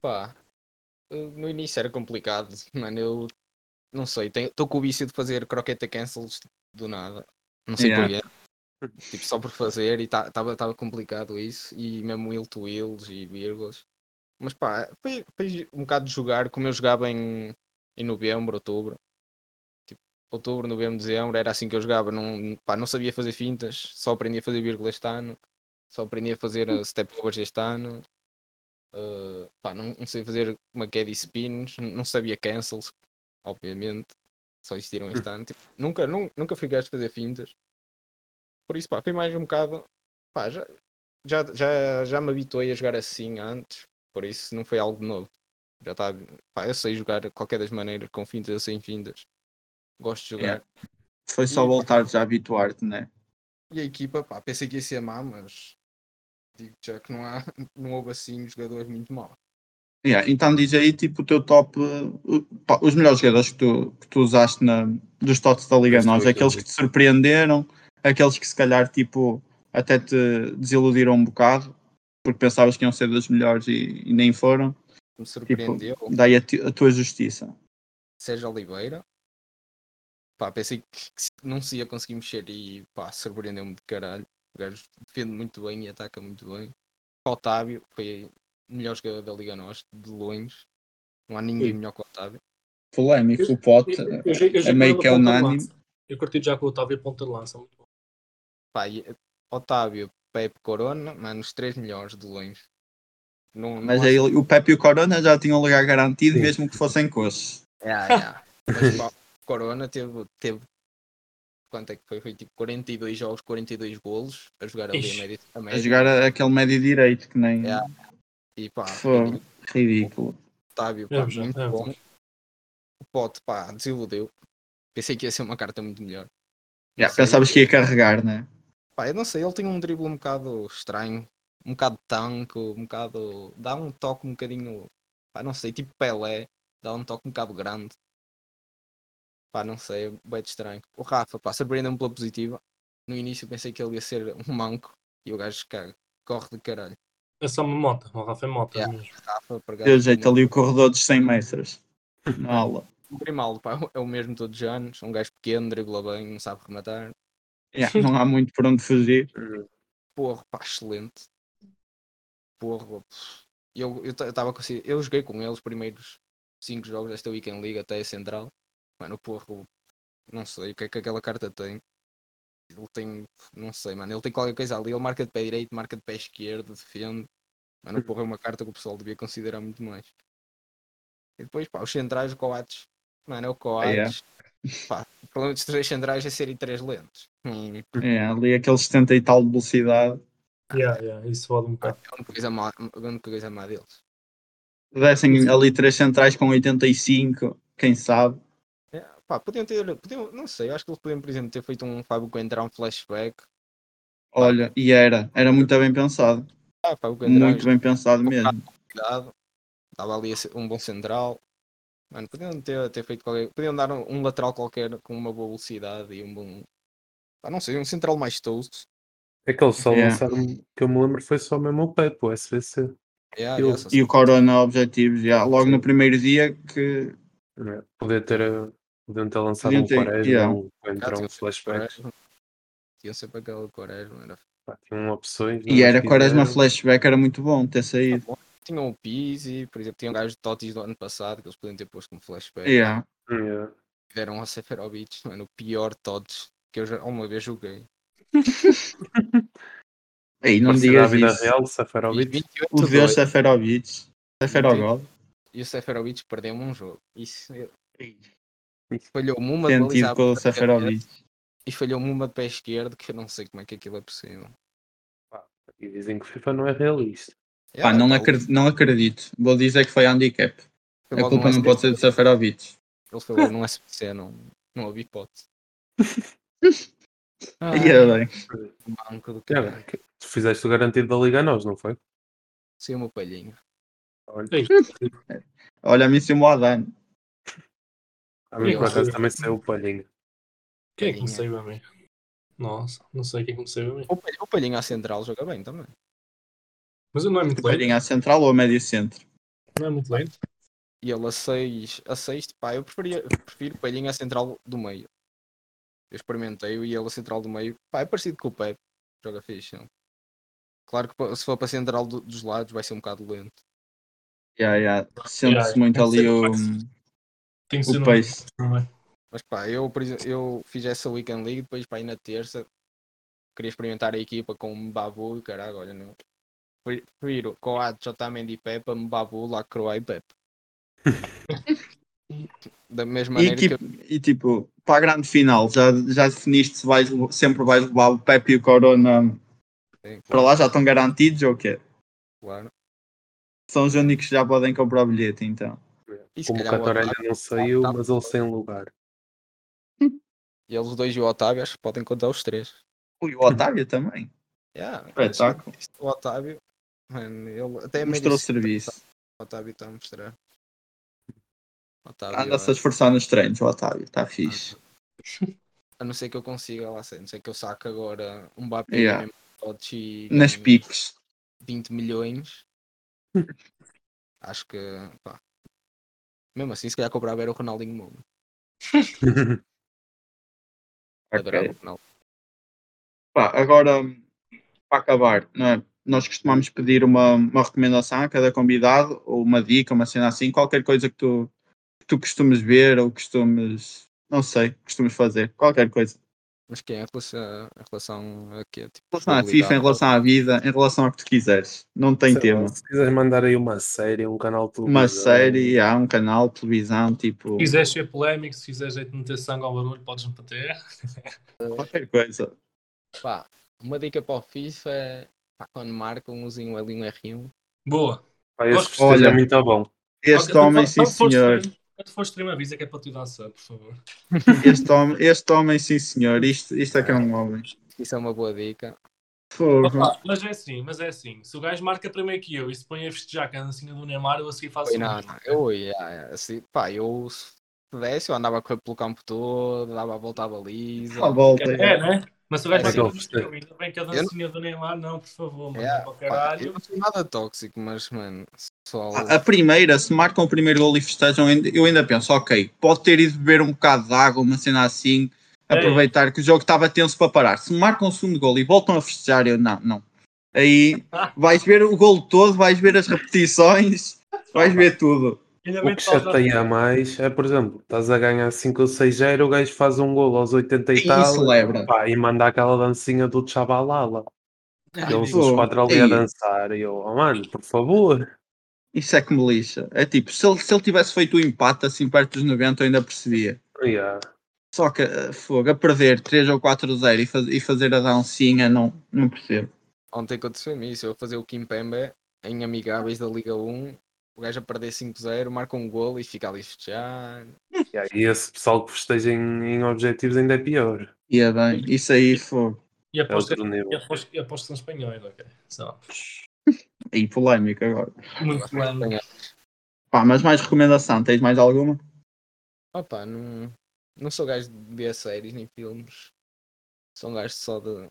[SPEAKER 5] Pá, eu- no início era complicado, mano. Eu não sei, estou com o vício de fazer croqueta cancels do nada, não sei
[SPEAKER 2] Yeah.
[SPEAKER 5] porquê, tipo só por fazer, e estava tava complicado isso, e mesmo will to wills e vírgulas. Mas pá, foi, foi um bocado de jogar, como eu jogava em, em novembro, outubro, tipo outubro, novembro, dezembro, era assim que eu jogava, não, pá, não sabia fazer fintas, só aprendi a fazer vírgula este ano, só aprendi a fazer eh, step overs este ano. Uh, pá, não, não sei fazer uma caddy spins, n- não sabia cancels, obviamente, só existiram este ano. Tipo, nunca, nun- nunca fui gajo de fazer fintas. Por isso, pá, foi mais um bocado. Pá, já, já, já, já me habituei a jogar assim antes, por isso não foi algo novo. Já tá, pá, eu sei jogar de qualquer das maneiras, com fintas ou sem fintas. Gosto de jogar.
[SPEAKER 2] Yeah. Foi só
[SPEAKER 5] Sim.
[SPEAKER 2] voltares a habituar-te, né?
[SPEAKER 5] E a equipa, pá, pensei que ia ser má, mas digo já que não, há, não houve assim jogadores muito maus.
[SPEAKER 2] Yeah, então diz aí tipo o teu top, uh, pá, os melhores jogadores que tu, que tu usaste na, dos tops da Liga
[SPEAKER 4] Estou
[SPEAKER 2] Nós,
[SPEAKER 4] aqui a
[SPEAKER 2] aqueles
[SPEAKER 4] ver.
[SPEAKER 2] que te surpreenderam, aqueles que se calhar tipo até te desiludiram um bocado porque pensavas que iam ser dos melhores e- e nem foram.
[SPEAKER 5] Me surpreendeu.
[SPEAKER 2] Daí a, ti- a tua justiça.
[SPEAKER 5] Sérgio Oliveira. Pá, pensei que, que se- não se ia conseguir mexer e pá, surpreendeu-me de caralho. O gajo defende muito bem e ataca muito bem. Otávio foi o melhor jogador da Liga Nós, de longe. Não há ninguém melhor que o Otávio.
[SPEAKER 2] Polémico, o pote.
[SPEAKER 3] Eu- eu já- eu já
[SPEAKER 2] é meio
[SPEAKER 3] curti
[SPEAKER 2] que é
[SPEAKER 3] a ponta de
[SPEAKER 2] unânime.
[SPEAKER 3] lança. Eu curti já com o Otávio a ponta de lança. muito bom.
[SPEAKER 5] Pá, e, Otávio, Pepe Corona, mano, os três melhores de longe. Não, não
[SPEAKER 2] Mas é
[SPEAKER 5] há-
[SPEAKER 2] aí o Pepe e o Corona já tinham lugar garantido,
[SPEAKER 4] Sim.
[SPEAKER 2] mesmo que fossem coxos.
[SPEAKER 5] Yeah, yeah. Ah, Mas pá, o Corona teve, teve. Quanto é que foi? Foi tipo 42 jogos, 42 golos a jogar ali
[SPEAKER 3] Ixi.
[SPEAKER 5] a média. A
[SPEAKER 2] A
[SPEAKER 5] média.
[SPEAKER 2] jogar a- aquele médio direito, que nem.
[SPEAKER 5] Yeah. E pá,
[SPEAKER 2] Fogo. Ridículo.
[SPEAKER 5] Otávio, pá,
[SPEAKER 3] É, já,
[SPEAKER 5] muito
[SPEAKER 3] é,
[SPEAKER 5] bom. O Pote, pá, desiludeu. Pensei que ia ser uma carta muito melhor. Não
[SPEAKER 2] Yeah,
[SPEAKER 5] sei.
[SPEAKER 2] pensavas que ia carregar, né?
[SPEAKER 5] Pá, eu não sei, ele tem um drible um bocado estranho, um bocado tanco, um bocado. dá um toque um bocadinho. pá, não sei, tipo Pelé, dá um toque um bocado grande. Pá, não sei, é bem estranho. O Rafa, pá, surpreendeu-me pela positiva. No início pensei que ele ia ser um manco e o gajo caga, corre de caralho.
[SPEAKER 3] É só uma mota, o Rafa é mota
[SPEAKER 5] Yeah.
[SPEAKER 3] mesmo.
[SPEAKER 5] Rafa, por é
[SPEAKER 2] Deu
[SPEAKER 5] gajo,
[SPEAKER 2] jeito
[SPEAKER 5] não-
[SPEAKER 2] ali o corredor dos 100 metros. Na aula.
[SPEAKER 5] o Grimaldo pá, é o mesmo todos os anos. É um gajo pequeno, dribla bem, não sabe rematar.
[SPEAKER 2] Yeah, não há muito por onde fugir.
[SPEAKER 5] Porra, pá, excelente. Porra. pff. Eu eu ta- eu tava com esse- eu joguei com eles os primeiros 5 jogos desta Weekend League até a Central. Mano, porra, eu não sei o que é que aquela carta tem. Ele tem, não sei, mano, ele tem qualquer coisa ali. Ele marca de pé direito, marca de pé esquerdo, defende. Mano, porra, é uma carta que o pessoal devia considerar muito mais. E depois, pá, os centrais, o Coates. Mano, é o Coates.
[SPEAKER 2] yeah.
[SPEAKER 5] Pá, o problema dos três centrais é serem três lentes. Hum,
[SPEAKER 2] É, ali aqueles 70 e tal de velocidade.
[SPEAKER 3] Yeah, yeah, isso vale um
[SPEAKER 4] Ah.
[SPEAKER 5] pá,
[SPEAKER 3] bocado.
[SPEAKER 5] é a única coisa má, a única coisa má deles.
[SPEAKER 2] Pudessem ali três centrais com 85, quem sabe.
[SPEAKER 5] É, pá, podiam ter, podiam, não sei, eu acho que eles podiam, por exemplo, ter feito um Fábio Coentrão um flashback.
[SPEAKER 2] Olha, e era, era muito bem pensado.
[SPEAKER 5] Ah, Fábio Coentrão,
[SPEAKER 2] Muito bem pensado mesmo.
[SPEAKER 5] cuidado. Estava ali a ser- um bom central. Mano, podiam ter, ter feito qualquer. Podiam dar um, um lateral qualquer com uma boa velocidade e um bom. Pá, não sei, um central mais toast.
[SPEAKER 4] Aquele É só
[SPEAKER 2] Yeah.
[SPEAKER 4] lançaram que eu me lembro foi só mesmo o Pepe, o SVC.
[SPEAKER 5] Yeah,
[SPEAKER 4] Eu-
[SPEAKER 5] yeah, só-
[SPEAKER 2] E o Corona Objetivos, já, logo no primeiro dia que
[SPEAKER 4] não é? Podia ter, eh, podiam ter lançado
[SPEAKER 2] Podiam
[SPEAKER 4] um
[SPEAKER 2] ter-
[SPEAKER 4] Quaresma,
[SPEAKER 2] yeah.
[SPEAKER 4] um Coentrão, um flashback.
[SPEAKER 5] Quaresma. Tinha sempre aquele quaresma. Era...
[SPEAKER 4] Pá, tinham opções. um,
[SPEAKER 2] E
[SPEAKER 4] mas
[SPEAKER 2] era Quaresma
[SPEAKER 4] quiseram.
[SPEAKER 2] flashback, era muito bom ter
[SPEAKER 5] Tá
[SPEAKER 2] saído.
[SPEAKER 5] bom. Tinha o Pizzi, por exemplo, tinha um gajo de Totis do ano passado que eles podiam ter posto como flashback.
[SPEAKER 2] Yeah.
[SPEAKER 4] Yeah.
[SPEAKER 5] Deram ao Seferovic, mano, o pior Totis que eu já alguma vez joguei.
[SPEAKER 2] Aí não
[SPEAKER 4] Parecia
[SPEAKER 2] digas
[SPEAKER 4] a vida
[SPEAKER 2] isso.
[SPEAKER 4] real,
[SPEAKER 5] E
[SPEAKER 4] Safarovic.
[SPEAKER 5] 28
[SPEAKER 2] O Deus Seferovic. Seferogol.
[SPEAKER 5] E o Seferovic perdeu-me um jogo. Isso, eu-
[SPEAKER 4] Isso.
[SPEAKER 5] falhou-me uma de baliza
[SPEAKER 2] Sentido
[SPEAKER 5] à
[SPEAKER 2] com o
[SPEAKER 5] ponta de cabeça
[SPEAKER 2] Seferovic.
[SPEAKER 5] E falhou-me uma de pé esquerdo, que eu não sei como é que aquilo é possível.
[SPEAKER 4] E dizem que o FIFA não é realista.
[SPEAKER 2] Pá,
[SPEAKER 5] Yeah,
[SPEAKER 2] não,
[SPEAKER 5] tá,
[SPEAKER 2] acredito, não acredito. Vou dizer que foi handicap.
[SPEAKER 5] ele foi
[SPEAKER 2] A
[SPEAKER 5] logo
[SPEAKER 2] culpa
[SPEAKER 5] num
[SPEAKER 2] não pode ser do
[SPEAKER 5] SPC,
[SPEAKER 2] Seferovic.
[SPEAKER 5] Ele foi logo num SPC, não, não havia hipótese. Ah,
[SPEAKER 2] E era bem.
[SPEAKER 5] banco do
[SPEAKER 4] É,
[SPEAKER 5] caralho.
[SPEAKER 4] bem, que- tu fizeste o garantido da Liga a nós, não foi?
[SPEAKER 5] Sem uma palhinha.
[SPEAKER 4] Olha,
[SPEAKER 3] Ei,
[SPEAKER 2] Olha, a mim simulou a dano.
[SPEAKER 4] a mim
[SPEAKER 5] eu
[SPEAKER 4] por
[SPEAKER 5] sei.
[SPEAKER 4] acaso também saiu o Palhinha.
[SPEAKER 3] quem é que me saiu a mim? Nossa, não sei quem é que me saiu a mim.
[SPEAKER 5] O Palhinha- o palhinha à central joga bem também.
[SPEAKER 3] Mas não é muito lento.
[SPEAKER 2] à central ou a médio centro?
[SPEAKER 3] Não é muito lento.
[SPEAKER 5] E ele a 6, a 6, pá, eu preferia, eu prefiro palhinha à central do meio. Eu experimentei-o e ele a central do meio, pá, é parecido com o Pepe, joga fixe. ele. Claro que pa- se for para a central do- dos lados vai ser um bocado lento.
[SPEAKER 2] Yeah, yeah.
[SPEAKER 3] Yeah,
[SPEAKER 2] Sente-se
[SPEAKER 3] yeah.
[SPEAKER 2] muito ali o,
[SPEAKER 3] Tem que ser
[SPEAKER 2] o
[SPEAKER 3] no
[SPEAKER 2] pace.
[SPEAKER 3] não é?
[SPEAKER 5] Mas pá, eu, por exemplo, eu fiz essa Weekend League, depois pá, aí na terça queria experimentar a equipa com o Mbabu e caralho, olha, não. Pre- Prefiro Coates, Otamendi e Pepe, Mbabu, Lacroix e Pepe. da mesma
[SPEAKER 2] E
[SPEAKER 5] maneira
[SPEAKER 2] tipo,
[SPEAKER 5] que eu...
[SPEAKER 2] e tipo, para a grande final, já, já definiste se vais, lev- sempre vais levar o Pepe e o Corona
[SPEAKER 5] Sim,
[SPEAKER 2] para lá? Já estão garantidos ou o quê?
[SPEAKER 5] claro.
[SPEAKER 2] São os únicos que já podem comprar o bilhete, então.
[SPEAKER 5] E se
[SPEAKER 4] Como o
[SPEAKER 5] calhar o
[SPEAKER 4] Catar ainda
[SPEAKER 5] Otávio,
[SPEAKER 4] não saiu,
[SPEAKER 5] tá-
[SPEAKER 4] mas ele sem lugar.
[SPEAKER 5] e eles dois e o Otávio, acho que podem contar os três.
[SPEAKER 2] Ui, o Otávio também.
[SPEAKER 5] Yeah,
[SPEAKER 4] É,
[SPEAKER 2] Espetáculo.
[SPEAKER 5] O Otávio, mano, ele até é meio
[SPEAKER 2] Mostrou
[SPEAKER 5] disse-
[SPEAKER 2] serviço.
[SPEAKER 5] O Otávio está a mostrar. Otávio,
[SPEAKER 2] Anda-se a esforçar nos treinos, o Otávio. Está fixe.
[SPEAKER 5] A não ser que eu consiga, lá sei, a não ser que eu saque agora um Mbappé
[SPEAKER 2] Yeah.
[SPEAKER 5] mesmo, Totti,
[SPEAKER 2] Nas
[SPEAKER 5] ganhe
[SPEAKER 2] piques.
[SPEAKER 5] 20 milhões. Acho que, pá. Mesmo assim, se calhar comprava era o Ronaldinho Moura. Adorava
[SPEAKER 2] Ok.
[SPEAKER 5] o Ronaldo.
[SPEAKER 2] Pá, agora, para acabar, não é? nós costumamos pedir uma, uma recomendação a cada convidado, ou uma dica, uma cena assim, qualquer coisa que tu, que tu costumes ver ou costumes, não sei, costumes fazer, qualquer coisa.
[SPEAKER 5] Mas quem é em relação, em relação a quê? Tipo,
[SPEAKER 2] Em relação à FIFA, em relação à vida, em relação ao que tu quiseres. Não tem
[SPEAKER 4] Sei lá,
[SPEAKER 2] tema.
[SPEAKER 4] Se quiseres mandar aí uma série, um canal de
[SPEAKER 2] Uma
[SPEAKER 4] televisão,
[SPEAKER 2] série, há um canal, de televisão, tipo,
[SPEAKER 3] Se quiseres ser polémico, se quiseres jeito de meter sangue ao barulho, podes meter.
[SPEAKER 2] qualquer coisa.
[SPEAKER 5] Pá, uma dica para o FIFA é, pá, quando marcam, usem o L1 R1.
[SPEAKER 3] Boa.
[SPEAKER 4] Pá, esse
[SPEAKER 3] Gosto.
[SPEAKER 4] festejo
[SPEAKER 2] Olha.
[SPEAKER 4] é muito bom.
[SPEAKER 2] Este
[SPEAKER 3] Ok,
[SPEAKER 2] homem,
[SPEAKER 3] quando-
[SPEAKER 2] sim
[SPEAKER 3] quando fores
[SPEAKER 2] senhor.
[SPEAKER 3] stream- Quando for stream, avisa que é para te dar sub, por favor.
[SPEAKER 2] Este homem, este homem sim senhor. Isto, isto é que é um homem.
[SPEAKER 5] Isso é uma boa dica.
[SPEAKER 4] Uhum.
[SPEAKER 2] Fogo.
[SPEAKER 3] Opa, mas é assim, mas é assim. Se o gajo marca primeiro que eu e se põe a festejar com a dancinha do Neymar, eu a seguir faço
[SPEAKER 5] Foi
[SPEAKER 3] o
[SPEAKER 5] não,
[SPEAKER 3] mesmo.
[SPEAKER 5] não. Eu ia, ia, assim, pá, eu
[SPEAKER 2] Ah,
[SPEAKER 5] se pudesse, eu andava a correr pelo campo todo, dava a volta à baliza.
[SPEAKER 2] À volta.
[SPEAKER 3] É, né? Mas se o gajo vai
[SPEAKER 5] É,
[SPEAKER 3] ser
[SPEAKER 4] eu gostei.
[SPEAKER 3] tóxico, ainda bem que a dancinha do Neymar, não, por favor, mano.
[SPEAKER 5] É,
[SPEAKER 3] para o
[SPEAKER 5] Pá, eu
[SPEAKER 3] caralho.
[SPEAKER 5] não sou nada tóxico, mas, mano, só.
[SPEAKER 2] A a primeira, se marcam o primeiro gol e festejam, ainda- eu ainda penso, ok, pode ter ido beber um bocado de água, uma cena assim,
[SPEAKER 3] É.
[SPEAKER 2] aproveitar que o jogo estava tenso para parar. Se marcam o segundo gol e voltam a festejar, eu não, não. Aí vais ver o gol todo, vais ver as repetições, vais ver tudo.
[SPEAKER 3] Ainda
[SPEAKER 4] O que
[SPEAKER 3] bem que estás a-
[SPEAKER 4] chateia mais é, por exemplo, estás a ganhar 5 ou 6 0 o gajo faz um gol aos 80 e,
[SPEAKER 2] E
[SPEAKER 4] tal
[SPEAKER 2] celebra.
[SPEAKER 4] pá, e manda aquela dancinha do Chabalala.
[SPEAKER 3] assim.
[SPEAKER 5] eu
[SPEAKER 4] Eles os
[SPEAKER 2] pô,
[SPEAKER 4] quatro ali
[SPEAKER 2] ei.
[SPEAKER 4] a dançar e eu, oh, mano, por favor.
[SPEAKER 2] Isso é que me lixa. É tipo, se ele, se ele tivesse feito o empate assim perto dos 90, eu ainda percebia.
[SPEAKER 4] Yeah.
[SPEAKER 2] Só que, eh, fogo, a perder 3 ou 4-0 e, faz- e fazer a dancinha, não, não percebo.
[SPEAKER 5] Ontem aconteceu-me isso. Eu a fazer o Kimpembe em amigáveis da Liga 1. O gajo a perder 5-0, marca um golo e fica ali festejar.
[SPEAKER 4] Yeah, E esse pessoal que festeja em, em objetivos ainda é pior.
[SPEAKER 2] Ia bem, isso aí, fogo.
[SPEAKER 3] E
[SPEAKER 4] É
[SPEAKER 3] aposto
[SPEAKER 4] outro nível.
[SPEAKER 3] e aposto- e aposto que são espanhóis, ok. Só.
[SPEAKER 2] E polémico agora.
[SPEAKER 3] Muito bem.
[SPEAKER 2] Pá, mas mais recomendação, tens mais alguma?
[SPEAKER 5] Opa, não, não sou gajo de ver séries nem filmes. Sou um gajo só de,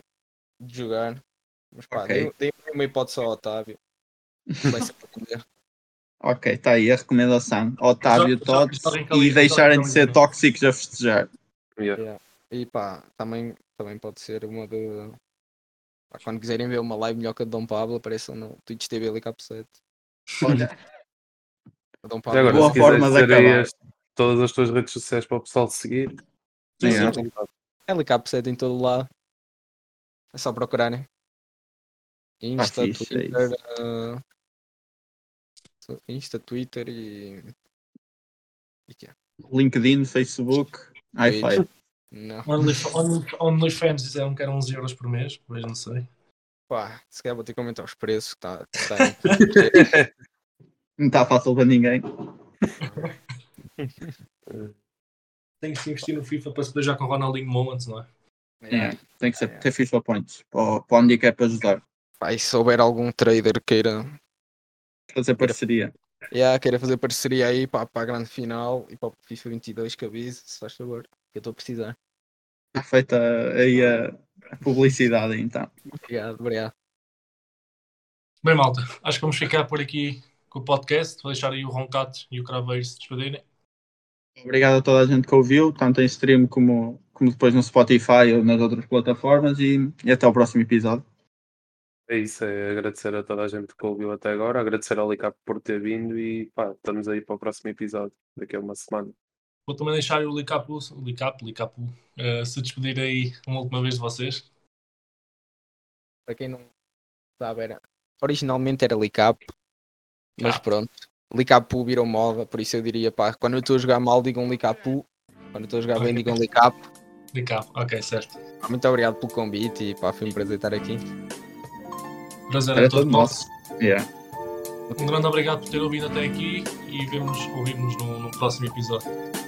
[SPEAKER 5] de jogar. Mas pá,
[SPEAKER 2] Ok.
[SPEAKER 5] dei, dei uma hipótese ao Otávio. Vai se aprender.
[SPEAKER 2] Ok, está aí a recomendação. Otávio
[SPEAKER 3] Só- só-
[SPEAKER 2] Tots
[SPEAKER 3] só em
[SPEAKER 2] e
[SPEAKER 3] Cali-
[SPEAKER 2] deixarem
[SPEAKER 3] só em
[SPEAKER 2] de ser
[SPEAKER 3] Cali-
[SPEAKER 2] tóxicos a festejar.
[SPEAKER 4] Yeah.
[SPEAKER 5] E pá, também, também pode ser uma de. pá, quando quiserem ver uma live melhor que a de Dom Pablo, apareçam no Twitch TV LK7.
[SPEAKER 2] Olha,
[SPEAKER 5] A Dom
[SPEAKER 4] Já
[SPEAKER 5] Pablo.
[SPEAKER 4] agora,
[SPEAKER 2] Boa
[SPEAKER 4] se quiseres
[SPEAKER 2] forma de
[SPEAKER 4] dizer aí
[SPEAKER 2] acabar.
[SPEAKER 4] as- todas as tuas redes sociais para o pessoal te seguir.
[SPEAKER 2] Sim,
[SPEAKER 4] tens
[SPEAKER 2] sim.
[SPEAKER 4] sempre vontade.
[SPEAKER 5] LK7 em todo lado. É só procurarem. Insta,
[SPEAKER 2] fixe, é
[SPEAKER 5] Twitter. ah, so- Insta, Twitter e. E que é?
[SPEAKER 2] LinkedIn, Facebook, iFi.
[SPEAKER 5] Não.
[SPEAKER 3] Onlyf- Only- OnlyFans disseram que eram 11 euros por mês, mas não sei.
[SPEAKER 5] Pá, se calhar vou ter que aumentar os preços. que Tá, tá
[SPEAKER 2] Não está fácil para ninguém.
[SPEAKER 3] Tem que se investir no FIFA para se beijar com o Ronaldinho Moments, não é?
[SPEAKER 2] É, tem que ser,
[SPEAKER 5] É.
[SPEAKER 2] ter FIFA Points para o, é para o handicap ajudar.
[SPEAKER 5] Pá, e se houver algum trader queira,
[SPEAKER 2] Fazer parceria.
[SPEAKER 5] yeah, queira fazer parceria aí pá, para a grande final e para o FIFA 22 que avise, se faz favor, que eu estou a precisar.
[SPEAKER 2] Está Tá feita aí a, a publicidade então.
[SPEAKER 5] Obrigado, obrigado.
[SPEAKER 3] Bem, malta, acho que vamos ficar por aqui com o podcast. Vou deixar aí o Roncato e o Craveiro se despedirem.
[SPEAKER 2] Obrigado a toda a gente que ouviu, tanto em stream como, como depois no Spotify ou nas outras plataformas e- e até o próximo episódio.
[SPEAKER 4] É isso, é agradecer a toda a gente que ouviu até agora, agradecer ao Licap por ter vindo e pá, estamos aí para o próximo episódio, daqui a uma semana.
[SPEAKER 3] Vou também deixar o Licapo, o Licapo, Licapo eh, se despedir aí uma última vez de vocês.
[SPEAKER 5] Para quem não sabe, era... originalmente era Licap, mas
[SPEAKER 3] Ah.
[SPEAKER 5] pronto, Licapu virou moda, por isso eu diria, pá, quando eu estou a jogar mal, digam Licapu, quando eu estou a jogar bem, digam Licapo.
[SPEAKER 3] Licapo, ok, certo.
[SPEAKER 5] Pá, Muito obrigado pelo convite e pá, foi um prazer estar aqui.
[SPEAKER 3] Prazer
[SPEAKER 2] Era
[SPEAKER 3] a todos
[SPEAKER 2] todo
[SPEAKER 3] nós.
[SPEAKER 2] Yeah.
[SPEAKER 3] Um grande obrigado por ter ouvido até aqui e vemos, ouvimos no, no próximo episódio.